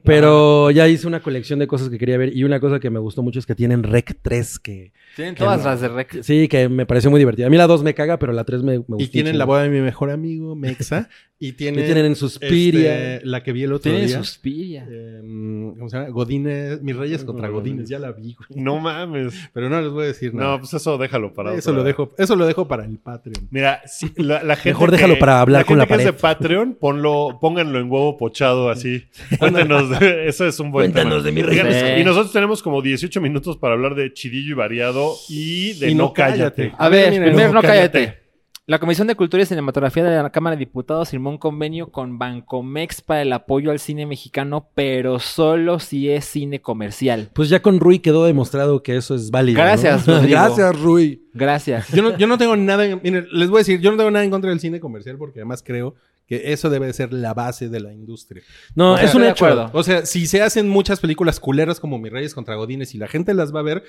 E: Pero ya hice una colección de cosas que quería ver. Y una cosa que me gustó mucho es que tienen Rec 3, que.
D: Tienen
E: Que
D: todas
E: no.
D: las de Rec.
E: Sí, que me pareció muy divertida. A mí la 2 me caga, pero la 3 me, me gusta.
C: Y tienen la
E: voz.
C: boda de mi mejor amigo, Mexa. Y tienen,
E: Y tienen en Suspiria.
C: este, la que vi el otro
D: Tienen
C: día.
D: Suspiria.
C: em, ¿Cómo se llama? Godines. Mis Reyes contra Godines. Ya la vi, güey.
B: No mames.
C: Pero no les voy a decir
B: No,
C: nada.
B: pues eso déjalo para
C: eso,
B: otra-
C: lo dejo, eso lo dejo para el Patreon.
B: Mira, sí, la, la gente
E: Mejor
B: que-
E: déjalo para hablar con
B: gente
E: la
B: que es de Patreon, ponlo, pónganlo en huevo pochado así. Cuéntenos, de- eso es un buen
E: Cuéntanos de mi
B: tema. Oigan,
D: Sí.
B: Y nosotros tenemos como 18 minutos para hablar de Chidillo y Variado y de
C: Y
B: No,
C: no
B: cállate.
C: cállate.
D: A ver,
C: Miren,
D: primero
B: no,
D: no
B: cállate.
D: cállate. La Comisión de Cultura y Cinematografía de la Cámara de Diputados firmó un convenio con Bancomex para el apoyo al cine mexicano, pero solo si es cine comercial.
E: Pues ya con Rui quedó demostrado que eso es válido. ¿no?
D: Gracias, Rodrigo.
E: Gracias, Rui.
D: Gracias.
C: Yo no, yo no tengo nada. en- miren, les voy a decir, yo no tengo nada en contra del cine comercial porque además creo que eso debe de ser la base de la industria.
E: No,
D: O sea,
E: es
D: estoy
E: un
D: de
E: hecho.
D: acuerdo.
C: O sea, si se hacen muchas películas culeras como Mis Reyes contra Godines y la gente las va a ver,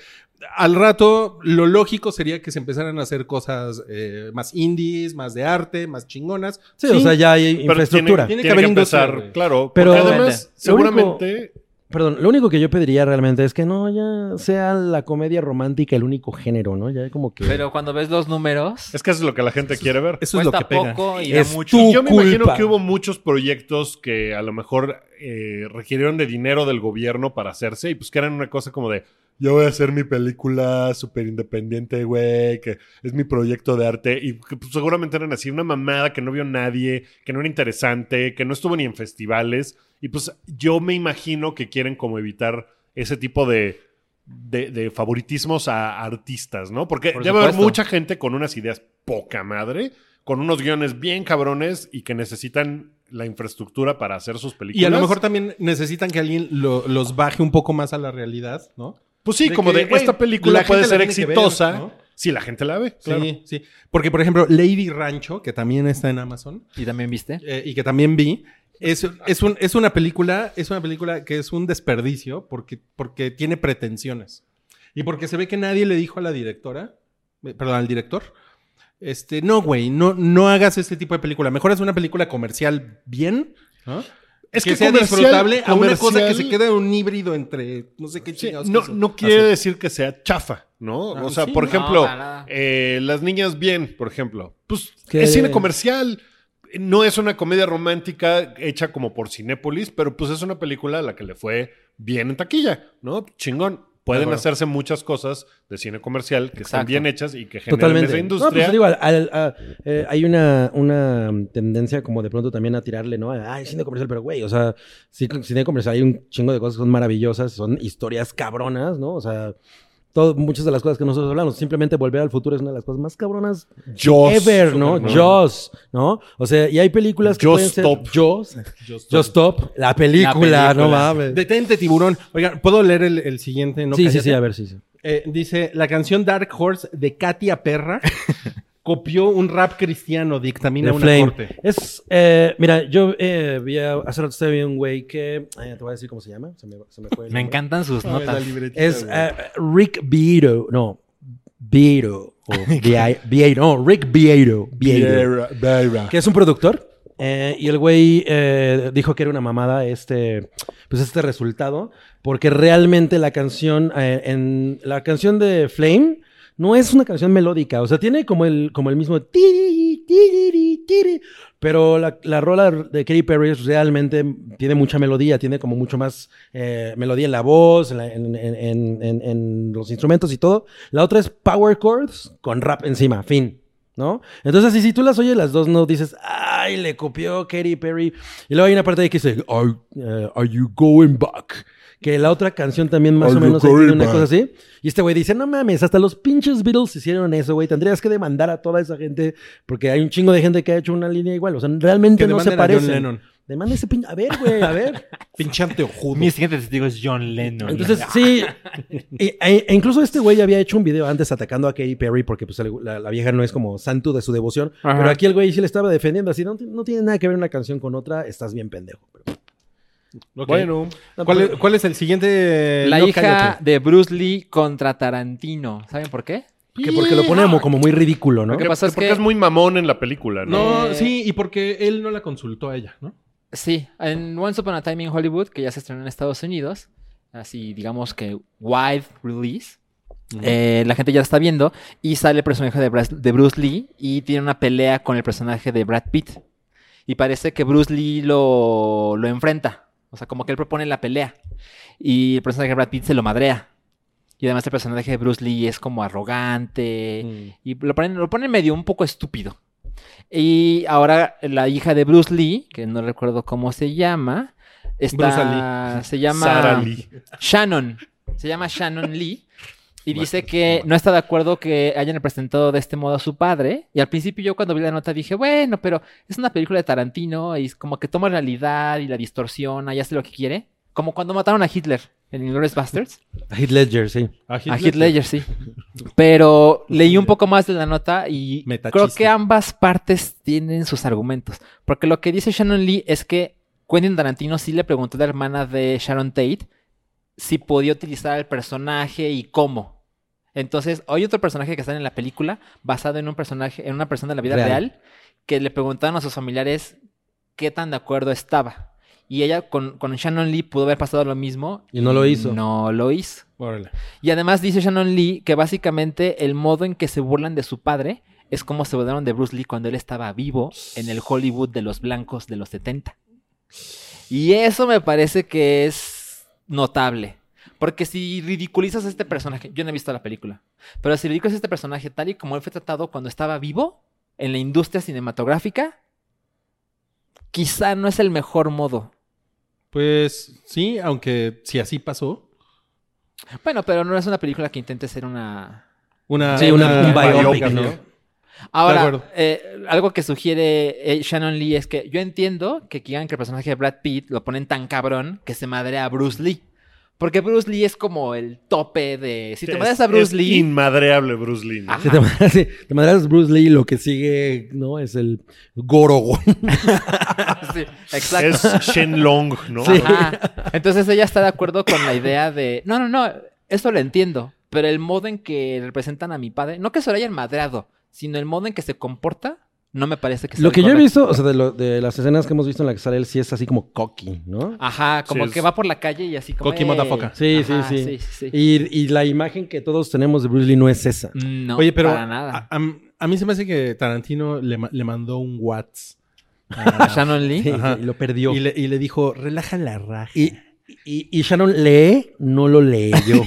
C: al rato lo lógico sería que se empezaran a hacer cosas eh, más indies, más de arte, más chingonas.
E: Sí, o sea, ya hay
B: Pero
E: infraestructura.
B: Tiene, tiene
C: Tiene que
B: que,
C: haber industria,
B: empezar,
C: güey.
B: claro. Pero
E: Pero-
B: además,
E: Lo único-
B: seguramente
E: Perdón, lo único que yo pediría realmente es que no ya sea la comedia romántica el único género, ¿no? Ya como que.
D: Pero cuando ves los números,
B: es que eso es lo que la gente quiere ver.
C: Eso es lo
D: cuesta
C: que pega.
D: poco y da
E: Es
D: mucho.
E: tu
B: Yo me imagino
E: culpa.
B: que hubo muchos proyectos que a lo mejor eh, requirieron de dinero del gobierno para hacerse y pues que eran una cosa como de yo voy a hacer mi película súper independiente, güey, que es mi proyecto de arte y que, pues, seguramente eran así una mamada que no vio nadie, que no era interesante, que no estuvo ni en festivales y pues yo me imagino que quieren como evitar ese tipo de... de- de favoritismos a artistas, ¿no? Porque
D: Por
B: debe haber
D: supuesto.
B: mucha gente con unas ideas poca madre, con unos guiones bien cabrones y que necesitan la infraestructura para hacer sus películas.
C: Y a lo mejor también necesitan que alguien lo- los baje un poco más a la realidad, ¿no?
B: Pues sí,
C: de
B: como
C: que,
B: de
C: güey,
B: esta película
C: la
B: puede
C: gente
B: ser
C: la tiene que ver,
B: exitosa
C: ¿no?
B: si la gente la ve. claro.
C: Sí, sí. Porque, por ejemplo, Lady Rancho, que también está en Amazon
D: ¿Y también viste?
C: eh, y que también vi, Es, es, un, es una película, es una película que es un desperdicio porque, porque tiene pretensiones. Y porque se ve que nadie le dijo a la directora, eh, perdón, al director, este, no, güey, no, no hagas este tipo de película. Mejor haz una película comercial bien,
B: Es
C: que, sea
B: comercial-
C: disfrutable, a una cosa que
B: comercial-
C: se quede un híbrido entre no sé qué
B: Sí,
C: chingados.
B: no,
C: que son.
B: no quiere decir que sea chafa, ¿no?
C: Ah,
B: o sea,
C: sí,
B: por
C: no,
B: ejemplo,
D: para nada.
B: eh, Las Niñas Bien, por ejemplo. Pues
E: Que-
B: es cine comercial. No es una comedia romántica hecha como por Cinépolis, pero pues es una película a la que le fue bien en taquilla, ¿no? Chingón. Pueden
C: acuerdo.
B: hacerse muchas cosas de cine comercial que están
D: Exacto.
B: bien hechas y que generan
E: Totalmente.
B: esa
E: No, pues,
B: industria.
E: digo, al- al- a- eh, hay una, una tendencia como de pronto también a tirarle, ¿no? Ah, es cine comercial, pero güey, o sea, sí, cine comercial hay un chingo de cosas que son maravillosas, son historias cabronas, ¿no? O sea, todo, muchas de las cosas que nosotros hablamos, simplemente volver al futuro es una de las cosas más cabronas
B: Jaws.
E: ever, ¿no?
B: Superman.
E: Jaws, ¿no? O sea, y hay películas que
B: Jaws
E: pueden ser
B: Stop.
E: Jaws, Just Stop, la película, no mames.
C: Detente, tiburón. Oigan, ¿puedo leer el, el siguiente? No,
E: sí, sí,
C: cállate.
E: sí, a ver, sí, sí.
C: Eh, dice, la canción Dark Horse de Katia Perra copió un rap cristiano, dictamina
E: The
C: una
E: Flame.
C: corte.
E: Es, eh, mira, yo eh, vi a- hace rato estaba viendo un güey que, eh, te voy a decir cómo se llama, se me, se me fue el
D: Me
E: nombre.
D: encantan sus notas.
E: Es eh, Rick Vieiro, no, Vieiro, o Vi- Vieiro, no, Rick Vieiro, Vieiro, que es un productor. eh, y el güey eh, dijo que era una mamada este, pues este resultado, porque realmente la canción, eh, en la canción de Flame, no es una canción melódica, o sea, tiene como el, como el mismo... tiri, tiri, tiri, pero la, la rola de Katy Perry es realmente tiene mucha melodía, tiene como mucho más eh, melodía en la voz, en, la- en- en- en- en- en los instrumentos y todo. La otra es power chords con rap encima, fin. ¿No? Entonces, así, si tú las oyes las dos, no dices, ay, le copió Katy Perry. Y luego hay una parte de que dice, are, eh, are you going back? Que la otra canción también más o menos tiene una cosa así. Y este güey dice, no mames, hasta los pinches Beatles hicieron eso, güey. Tendrías que demandar a toda esa gente porque hay un chingo de gente que ha hecho una línea igual. O sea, realmente
C: Que
E: no se
C: demanden a John
E: parecen.
C: Lennon.
E: Demanda ese pinche... A ver, güey, a ver.
C: Pinchante ojudo.
D: Mi siguiente testigo es John Lennon.
E: Entonces, sí. E, e- e incluso este güey había hecho un video antes atacando a Katy Perry porque pues, el- la, la vieja no es como santo de su devoción.
C: Ajá.
E: Pero aquí el güey sí le estaba defendiendo. Así, no, ti- no tiene nada que ver una canción con otra. Estás bien pendejo.
C: Ok.
B: Bueno,
C: ¿Cuál, es- cuál es el siguiente?
D: la
C: No,
D: hija
C: cállate.
D: de Bruce Lee contra Tarantino. ¿Saben por qué?
E: Que porque lo pone como, como muy ridículo, ¿no?
D: Lo que pasa es
B: porque
D: que-
B: es muy mamón en la película, ¿no?
C: No,
D: Eh,
C: sí, y porque él no la consultó a ella, ¿no?
D: Sí, en Once Upon a Time in Hollywood, que ya se estrenó en Estados Unidos, así digamos que wide release, eh, la gente ya la está viendo y sale el personaje de, Bras- de Bruce Lee y tiene una pelea con el personaje de Brad Pitt. Y parece que Bruce Lee lo, lo enfrenta, o sea, como que él propone la pelea y el personaje de Brad Pitt se lo madrea. Y además el personaje de Bruce Lee es como arrogante,
B: Mm.
D: y lo ponen, lo ponen medio un poco estúpido. Y ahora la hija de Bruce Lee, que no recuerdo cómo se llama, está, se llama
B: Sara Lee.
D: Shannon. Se llama Shannon Lee. Y dice que no está de acuerdo que hayan representado de este modo a su padre. Y al principio yo cuando vi la nota dije, bueno, pero es una película de Tarantino y es como que toma realidad y la distorsiona y hace lo que quiere. Como cuando mataron a Hitler en Inglourious Basterds.
E: A Heath Ledger, sí.
D: A Heath Ledger, sí. Pero leí un poco más de la nota y
C: Metachiste.
D: creo que ambas partes tienen sus argumentos. Porque lo que dice Shannon Lee es que Quentin Tarantino sí le preguntó a la hermana de Sharon Tate si podía utilizar el personaje y cómo. Entonces, hay otro personaje que está en la película basado en un personaje, en una persona de la vida
E: Real.
D: real, que le preguntaron a sus familiares qué tan de acuerdo estaba. Y ella con, con Shannon Lee pudo haber pasado lo mismo.
E: Y no lo hizo.
D: No lo hizo.
C: Órale.
D: Y además dice Shannon Lee que básicamente el modo en que se burlan de su padre es como se burlaron de Bruce Lee cuando él estaba vivo en el Hollywood de los blancos de los 70. Y eso me parece que es notable. Porque si ridiculizas a este personaje, yo no he visto la película, pero si ridiculizas a este personaje tal y como él fue tratado cuando estaba vivo en la industria cinematográfica, quizá no es el mejor modo.
C: Pues sí, aunque si así pasó.
D: Bueno, pero no es una película que intente ser una
C: Una,
D: Sí,
E: una- un
B: biopic, ¿no?
C: acuerdo.
D: Ahora, eh, algo que sugiere eh, Shannon Lee es que yo entiendo que quieran que el personaje de Brad Pitt lo ponen tan cabrón que se madre a Bruce Lee. Porque Bruce Lee es como el tope de. Si te
B: Es-
D: mandas a Bruce
B: es
D: Lee.
B: Inmadreable Bruce Lee. ¿no?
D: Ajá.
E: Sí, te mandas, sí, te mandas Bruce Lee, lo que sigue, ¿no? Es el Gorogón.
D: Sí, exacto.
B: Es Shenlong, ¿no?
D: Ajá. Entonces ella está de acuerdo con la idea de. No, no, no. Eso lo entiendo. Pero el modo en que representan a mi padre. No que se lo hayan madreado. Sino el modo en que se comporta. No me parece que sea
E: Lo
D: el
E: que yo he
D: correcto.
E: visto, o sea, de, lo- de las escenas que hemos visto en la que sale él, sí es así como cocky,
D: Ah,
E: ¿no?
D: Ajá, como
B: Sí, es-
D: que va por la calle y así como.
C: Cocky
D: "Ey".
C: motherfucker.
E: Sí, sí,
D: Ajá,
E: sí.
D: sí, sí, sí.
E: Y, y la imagen que todos tenemos de Bruce Lee no es esa.
D: No,
C: Oye, pero
D: para nada.
C: A, a- a mí se me hace que Tarantino le, ma- le mandó un Whats
D: A Shannon Lee.
E: Sí,
C: Ajá.
E: sí, lo perdió.
C: y le, y le dijo, relaja la raja.
E: Y, y- y Shannon lee, no lo leyó.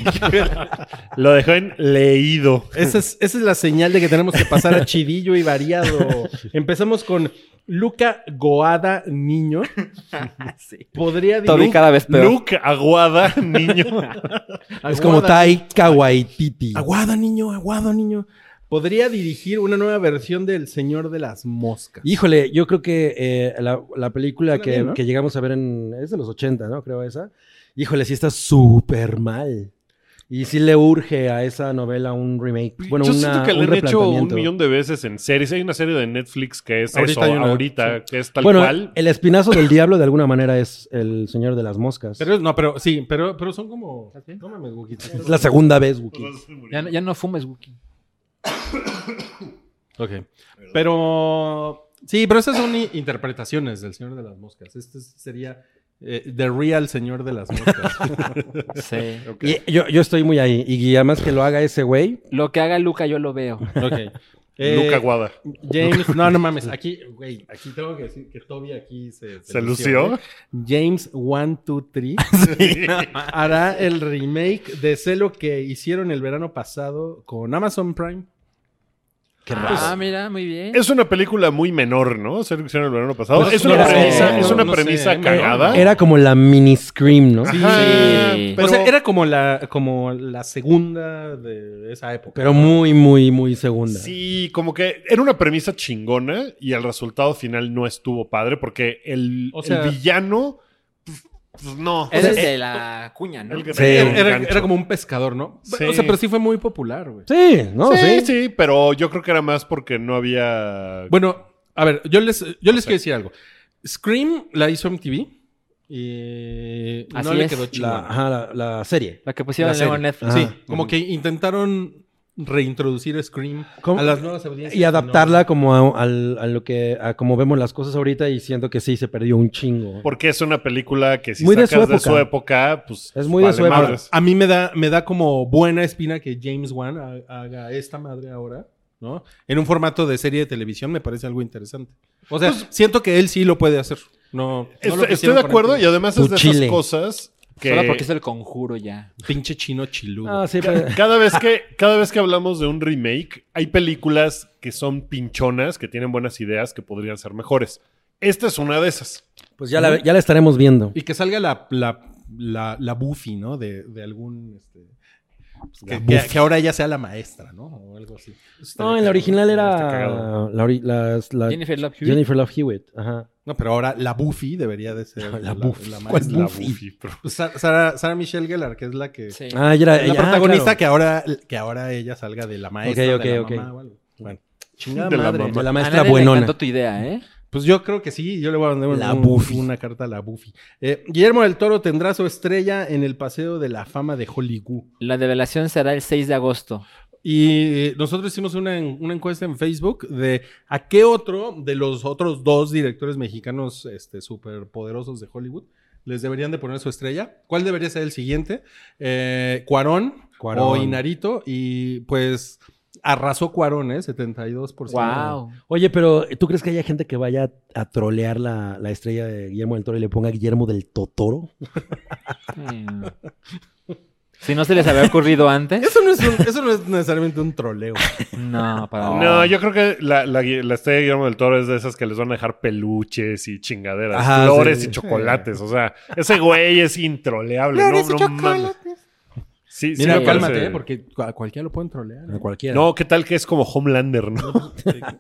B: Lo dejó en leído.
C: Esa es, esa es la señal de que tenemos que pasar a chidillo y variado. Empezamos con Luca Goada Niño. Podría
D: Toby cada vez peor.
B: Luke Aguada, niño.
E: es como Taika Waititi.
C: Aguado, niño, aguado, niño. Podría dirigir una nueva versión del Señor de las Moscas.
E: Híjole, yo creo que eh, la, la película
C: Suena
E: que,
C: bien, ¿no?
E: que llegamos a ver en... Es de los 80, ¿no? Creo esa. Híjole, sí está súper mal. Y sí le urge a esa novela un remake. Bueno,
B: Yo
E: una-
B: siento que
E: un
B: le han hecho un
E: replanteamiento.
B: millón de veces en series. Hay una serie de Netflix que es eso,
C: Ahorita hay una,
B: ahorita, que es tal
E: bueno, eh,
B: cual.
E: el espinazo del diablo de alguna manera es el señor de las moscas.
C: Pero no, pero sí, pero, pero son como.
D: ¿Estás bien?
C: No mames, Guquita.
E: es la segunda vez, Wookie.
B: Pues,
D: Ya, no- ya no fumes, Wookie.
C: Ok. Pero. Sí, pero esas son i- interpretaciones del Señor de las Moscas. Este es- sería eh, The Real Señor de las Moscas.
D: Sí.
E: Y yo, yo estoy muy ahí. Y además que lo haga ese güey.
D: Lo que haga Luca, yo lo veo.
C: ok. Eh,
B: Luke Aguada.
C: James, no, no mames. Aquí, güey, aquí tengo que decir que Toby aquí se,
B: ¿Se lució?
C: ¿eh? James 123 hará el remake de Celo que hicieron el verano pasado con Amazon Prime.
D: ah, mira, muy bien.
B: Es una película muy menor, ¿no? Ser que hicieron el verano pasado.
C: Pues,
B: es una
E: no sé,
B: premisa,
E: no,
B: es una
C: no
B: premisa
C: sé,
B: cagada.
E: Era como la mini Scream, ¿no?
B: Sí,
D: Sí.
B: pero-
C: o sea, era como la, como la segunda de esa época.
E: Pero muy, muy, muy segunda.
B: Sí, como que era una premisa chingona y el resultado final no estuvo padre porque el,
C: O sea-
B: el villano. pues, pues, no.
D: Ese
B: O
D: es
B: sea,
D: de la cuña, ¿no?
B: el que
E: Sí.
B: tenía un
C: era, era-
B: gancho.
C: era como un pescador, ¿no?
B: Sí.
C: O sea, pero sí fue muy popular, güey.
E: Sí, ¿no?
B: sí,
E: Sí.
B: sí, pero yo creo que era más porque no había.
C: Bueno, a ver, yo les, yo les quiero decir algo. Scream la hizo MTV y no
D: Así
C: le
D: es.
C: quedó
E: La,
C: chingón.
E: ajá, la, la serie.
D: La que pusieron
C: La
D: luego en
C: serie.
D: Netflix.
E: Ajá.
C: Sí, como que intentaron reintroducir Scream
E: ¿Cómo?
C: a las nuevas audiencias.
E: Y adaptarla como a, al- a lo que a como vemos las cosas ahorita y siento que sí se perdió un chingo.
B: Porque es una película que si
E: Muy de
B: sacas
E: su
B: de su
E: época.
B: época, pues.
E: Es muy de su época.
B: madres.
C: A mí me da, me da como buena espina que James Wan ha- haga esta madre ahora, ¿no? En un formato de serie de televisión me parece algo interesante. O sea, siento que él sí lo puede hacer. No, no
B: Est-
C: lo
B: estoy
C: que hicieron
B: de
C: con
B: acuerdo
C: este
B: y además
E: Tu
B: es de
E: chile.
B: esas cosas que.
D: Solo porque es el conjuro ya.
C: pinche chino chiludo.
E: Ah, sí, pero-
B: Cada vez, que, cada vez que hablamos de un remake, hay películas que son pinchonas, que tienen buenas ideas, que podrían ser mejores. Esta es una de esas.
E: pues ya la, ya la estaremos viendo.
C: Y que salga la, la, la, la Buffy, ¿no? De, de algún... este, pues,
B: La
C: que, que-
B: Buffy.
C: que ahora ella sea la maestra, ¿no? O algo así.
E: No, en la original
B: Está
E: era
B: cagado.
E: la, ori- las- la- Ah, Jennifer,
D: Jennifer Love Hewitt.
E: Love Hewitt. Ajá.
C: No, pero ahora la Buffy debería de ser
E: La Buffy.
C: maestra.
E: ¿Cuál
B: Es la
E: Buffy.
B: Buffy, pero-
C: Pues Sa- Sara, Sara Michelle Gellar, que es la que...
D: Sí.
E: Ah, ya era
C: La
E: ella. Ah,
C: protagonista
E: claro.
C: que, ahora, que ahora ella salga de la maestra.
E: Ok,
C: de la
E: ok,
C: mamá
E: ok.
C: o algo. Bueno,
E: Chingada
B: de la
E: madre,
B: mamá.
E: de la
D: A
E: maestra
D: nadie le
E: buenona.
D: encantó tu idea, ¿eh?
C: pues yo creo que sí. Yo le voy a mandar
E: La
C: un-
E: Buffy.
C: una carta a la Buffy. Eh, Guillermo del Toro tendrá su estrella en el Paseo de la Fama de Hollywood.
D: La develación será el 6 de agosto.
C: Y eh, nosotros hicimos una, en- una encuesta en Facebook de a qué otro de los otros dos directores mexicanos este, superpoderosos de Hollywood les deberían de poner su estrella. ¿Cuál debería ser el siguiente? Eh, Cuarón,
E: Cuarón.
C: o Inarito. Y pues arrasó Cuarón, ¿eh? 72%.
D: Wow.
E: Oye, pero ¿tú crees que haya gente que vaya a trolear la, la estrella de Guillermo del Toro y le ponga Guillermo del Totoro?
D: Mm. Si no se les había ocurrido antes.
C: Eso no, es un- eso no es necesariamente un troleo.
D: No, para
B: No, yo creo que la, la, gui- la estrella de Guillermo del Toro es de esas que les van a dejar peluches y chingaderas,
E: Ajá,
B: flores
E: sí.
B: y chocolates. O sea, ese güey es introleable. No, no mames. Sí, sí
C: Mira,
B: me
C: cálmate,
B: parece-
C: ¿eh? porque a cualquiera lo pueden trolear. ¿eh?
E: cualquiera.
B: No, ¿qué tal que es como Homelander, no?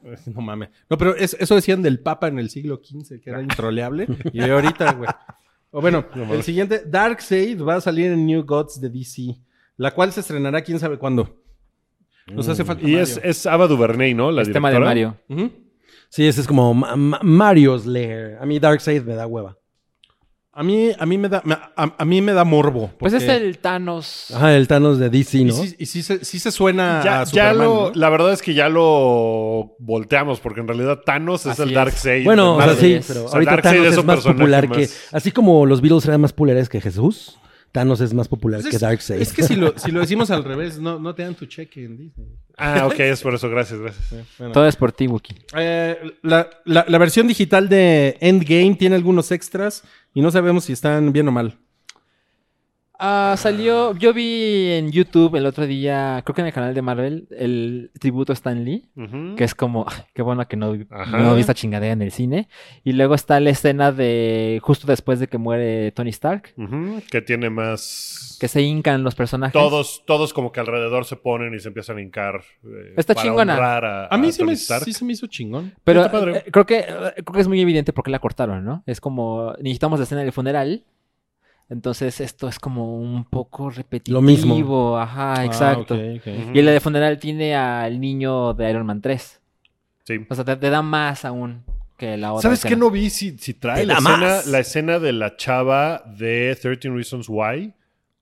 C: pues, No mames. No, pero es- eso decían del Papa en el siglo XV, que era introleable. Y ve ahorita, güey. O bueno, el siguiente, Darkseid va a salir en New Gods de DC, la cual se estrenará quién sabe cuándo. Nos hace falta
B: Y
C: Mario.
B: es, eh, es Ava DuVernay, ¿no? La
D: Es tema de
B: directora.
D: Mario.
C: Ujú.
E: Sí, ese es como Ma- Ma- Mario Slayer. A mí Darkseid me da hueva.
C: A mí, a mí me da, me- a, a mí me da morbo.
D: Pues es
C: porque-
D: el Thanos.
E: Ajá, el Thanos de DC,
C: Y
E: ¿no?
C: sí, y sí se, sí se suena
B: Ya,
C: a
B: ya
C: Superman,
B: lo,
C: ¿no?
B: la verdad es que ya lo volteamos, porque en realidad Thanos es
D: Así
B: el
D: es.
B: Darkseid. de
E: Bueno, o sea,
B: Marvel.
E: sí,
D: es.
E: pero
B: O sea,
E: ahorita
B: Darkseid
E: Thanos
B: es
E: es
B: un
E: más
B: personaje
E: popular que...
B: más-
E: Así como los Beatles eran más populares que Jesús, Thanos es más popular
C: Pues
E: que
C: es-
E: Darkseid.
C: Es que si lo, si lo decimos al revés, no, no te dan tu cheque en Disney.
B: Ah, ok, es por eso, gracias, gracias.
C: Bueno.
D: Todo es por ti, Wookie.
C: Eh, la, la- la versión digital de Endgame tiene algunos extras y no sabemos si están bien o mal.
D: Ah, salió, yo vi en YouTube el otro día, creo que en el canal de Marvel, el tributo a Stan Lee,
B: Ujú.
D: que es como, "Ay, qué bueno que no, vi-
B: Ajá.
D: no vi esta chingadera en el cine. Y luego está la escena de justo después de que muere Tony Stark,
B: Ujú, que tiene más...
D: que se hincan los personajes.
B: Todos, todos como que alrededor se ponen y se empiezan a hincar. eh,
D: Está
B: para
D: chingona.
B: honrar A,
C: A mí
E: Ah,
B: a
C: sí,
B: Tony
C: me,
B: Stark.
C: sí se me hizo chingón.
D: Pero
B: Está padre.
D: eh, creo, que, eh, creo que es muy evidente porque la cortaron, ¿no? Es como, necesitamos la escena del funeral. Entonces esto es como un poco repetitivo.
E: Lo mismo.
D: Ajá, exacto.
C: Ah, ok, ok.
B: Ujú.
D: Y la de funeral tiene al niño de Iron Man 3.
B: Sí.
D: O sea, te, te da más aún que la otra.
B: ¿Sabes
D: escena.
B: qué no vi si, si trae
E: Te
B: la
E: da
B: escena,
E: más.
B: la escena de la chava de 13 Reasons Why?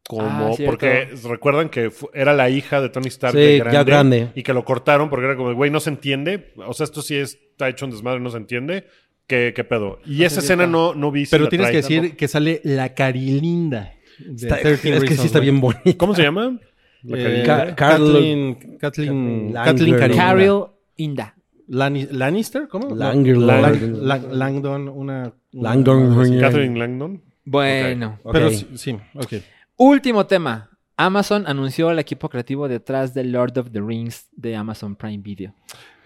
B: Como,
D: Ah, cierto.
B: porque recuerdan que fu- era la hija de Tony Stark
E: Sí,
B: de
E: ya
B: grande,
E: grande.
B: y que lo cortaron porque era como, güey, no se entiende. O sea, esto sí está hecho un desmadre, no se entiende. ¿Qué, qué pedo? Y esa escena no, no vi si
C: Pero
B: la
C: tienes
B: trae.
C: que decir que sale la carilinda. de
E: Está-
C: 13
E: es que
C: Reasons
E: sí está
C: Why.
E: bien bonito.
B: ¿Cómo se llama? La Kathleen-
C: Eh,
E: Ca-
C: Ca- Kathleen. Kathleen.
E: Kathleen
C: Kathleen
E: Langdon.
C: Karinda.
D: Carol Inda.
C: Lani- ¿Lannister? ¿Cómo? No.
E: Langer-
C: Lang- Lang- Langdon, una. una-
E: Langdon.
B: Catherine Langdon.
D: Bueno.
C: Pero
E: Ok.
C: sí, sí, ok.
D: Último tema. Amazon anunció el equipo creativo detrás de Lord of the Rings de Amazon Prime Video.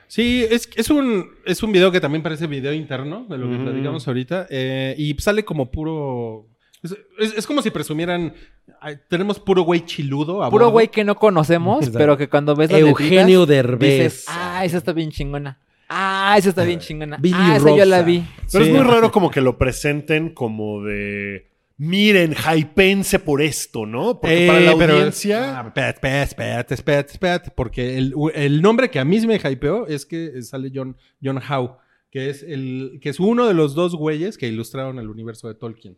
C: Sí, es, es, un, es un video que también parece video interno de lo que
B: Ujú.
C: platicamos ahorita. eh, y sale como puro. Es, es- es como si presumieran. ay, tenemos puro güey chiludo. a
D: Puro
C: bordo.
D: güey que no conocemos,
E: Exacto.
D: pero que cuando ves las
E: Eugenio
D: letritas,
E: Derbez.
D: dices, ah, esa está bien chingona. Ah, esa está bien chingona.
E: Billy
D: ah, esa yo la
E: Rosa.
D: vi.
B: Pero
C: Sí.
B: es muy raro como que lo presenten como de. Miren, hypense por esto, ¿no? Porque
C: Eh,
B: para la
C: pero-
B: audiencia.
C: Ah, Espérate, espérate, espérate, espérate, espérate, Porque el, el nombre que a mí se me hypeó es que sale John, John Howe, que es, el, que es uno de los dos güeyes que ilustraron el universo de Tolkien.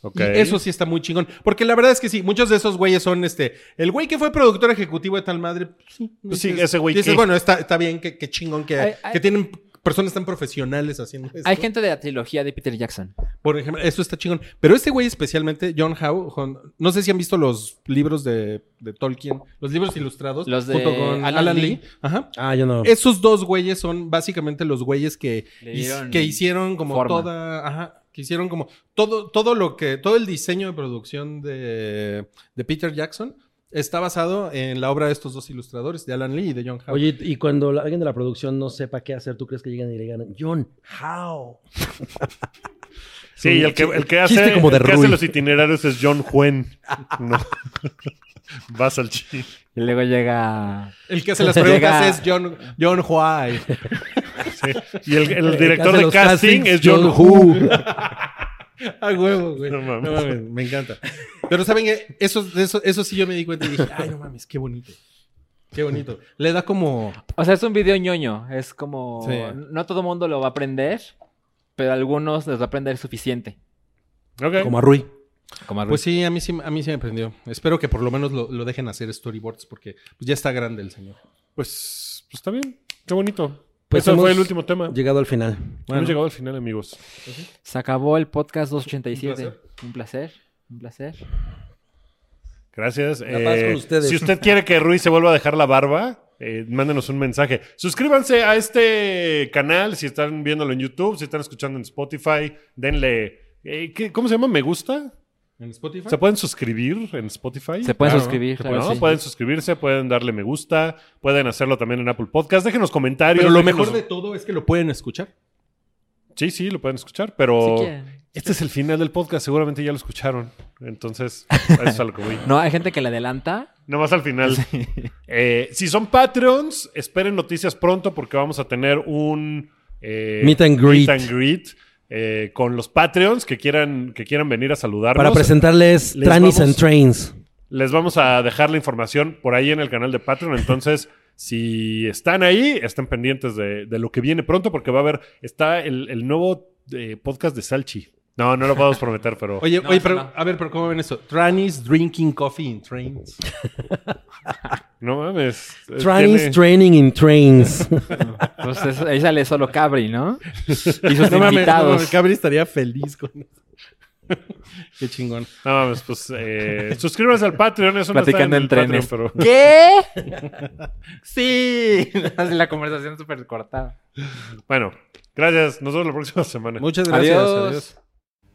B: ok.
C: Y eso sí está muy chingón. Porque la verdad es que sí, muchos de esos güeyes son este. El güey que fue productor ejecutivo de tal madre. pues Sí,
B: Pues sí, ese güey
C: Dices,
B: qué.
C: bueno, está, está bien, qué, qué chingón que,
D: Hay- hay-
C: que tienen personas tan profesionales haciendo esto.
D: Hay gente de la trilogía de Peter Jackson.
C: Por ejemplo, eso está chingón. Pero este güey especialmente, John Howe, con- no sé si han visto los libros de, de Tolkien, los libros ilustrados,
D: Los de
C: junto con
D: Alan
C: Alan, Lee.
D: Lee.
C: Ajá.
E: Ah, yo no.
C: Esos dos güeyes son básicamente los güeyes que,
D: Le
C: his-
D: dieron
C: que hicieron como
D: forma.
C: toda. Ajá. Que hicieron como todo, todo lo que. Todo el diseño de producción de, de Peter Jackson está basado en la obra de estos dos ilustradores, de Alan Lee y de John Howe.
E: Oye, y cuando la- alguien de la producción no sepa qué hacer, ¿tú crees que llegan y le ganan? John, how?
B: Sí, y el que, el que hace,
E: Chiste como de
B: el que
E: Rui.
B: hace los itinerarios es John Huen. No. Vas al chi.
D: Y luego llega
C: El que hace las preguntas
D: Llega-
C: es John, John Howe.
B: Sí. Y el, el
E: El
B: director
E: que hace
B: de
E: los
B: casting
E: castings,
B: es John Huen.
E: Who.
C: A huevo, güey.
B: No mames.
C: No mames, me encanta. Pero saben que eso, eso, eso sí yo me di cuenta y dije, ay, no mames, qué bonito. Qué bonito. Le da como.
D: O sea, es un video ñoño. Es como.
C: Sí.
D: No todo mundo lo va a aprender, pero a algunos les va a aprender suficiente.
E: Como a Rui.
C: Pues sí, a mí sí, a mí sí me prendió. Espero que por lo menos lo, lo dejen hacer storyboards porque pues, ya está grande el señor.
B: Pues, pues está bien. Qué bonito.
E: Pues
B: Ese
E: hemos
B: fue el último tema.
E: Llegado al final.
B: Hemos llegado al final, amigos.
D: Se acabó el podcast 287. Un placer. Un placer.
B: Gracias. eh,
E: La paz con ustedes.
B: Si usted quiere que Rui se vuelva a dejar la barba, eh, mándenos un mensaje. Suscríbanse a este canal si están viéndolo en YouTube, si están escuchando en Spotify. Denle. eh, ¿qué- ¿Cómo se llama? ¿Me gusta?
C: ¿En Spotify?
B: ¿Se pueden suscribir en Spotify?
D: Se pueden
C: Claro, pues,
D: suscribir.
B: Se
D: claro,
B: pueden-
D: sí.
B: Pueden suscribirse, pueden darle me gusta, pueden hacerlo también en Apple Podcast. Déjenos comentarios.
C: Pero lo
B: déjenos-
C: mejor de todo es que lo pueden escuchar.
B: Sí, sí, lo pueden escuchar, pero...
D: Si quieren.
B: este es el final del podcast, seguramente ya lo escucharon. Entonces, eso es algo que voy.
D: No, hay gente que le adelanta.
B: Nomás al final. Eh, si son Patreons, esperen noticias pronto porque vamos a tener un eh,
E: Meet and greet.
B: and greet, eh, eh, con los Patreons que quieran, que quieran venir a saludarnos.
E: Para presentarles
B: les
E: Trannies
B: vamos-
E: and Trains.
B: Les vamos a dejar la información por ahí en el canal de Patreon. Entonces, si están ahí, estén pendientes de, de lo que viene pronto, porque va a haber. Está el, el nuevo eh, podcast de Salchi. No, no lo podemos prometer, pero.
C: Oye,
D: No,
C: oye,
D: eso
C: pero,
D: no.
C: a ver, pero ¿cómo ven eso? Trannies drinking coffee in trains.
B: No mames. eh,
E: Trannies
B: tiene-
E: Training in Trains.
D: Pues eso- ahí sale solo Cabri, ¿no? Y sus
C: No mames, no
D: invitados.
C: mames, Cabri estaría feliz con eso. Qué chingón.
B: No mames, pues. Eh, suscríbanse al Patreon, eso
D: Platicando
B: no
D: en
B: está en, el
D: trenes.
B: Patreon, pero.
D: ¿Qué? sí. Así la conversación súper cortada.
B: Bueno, gracias. Nos vemos la próxima semana.
C: Muchas gracias.
D: Adiós.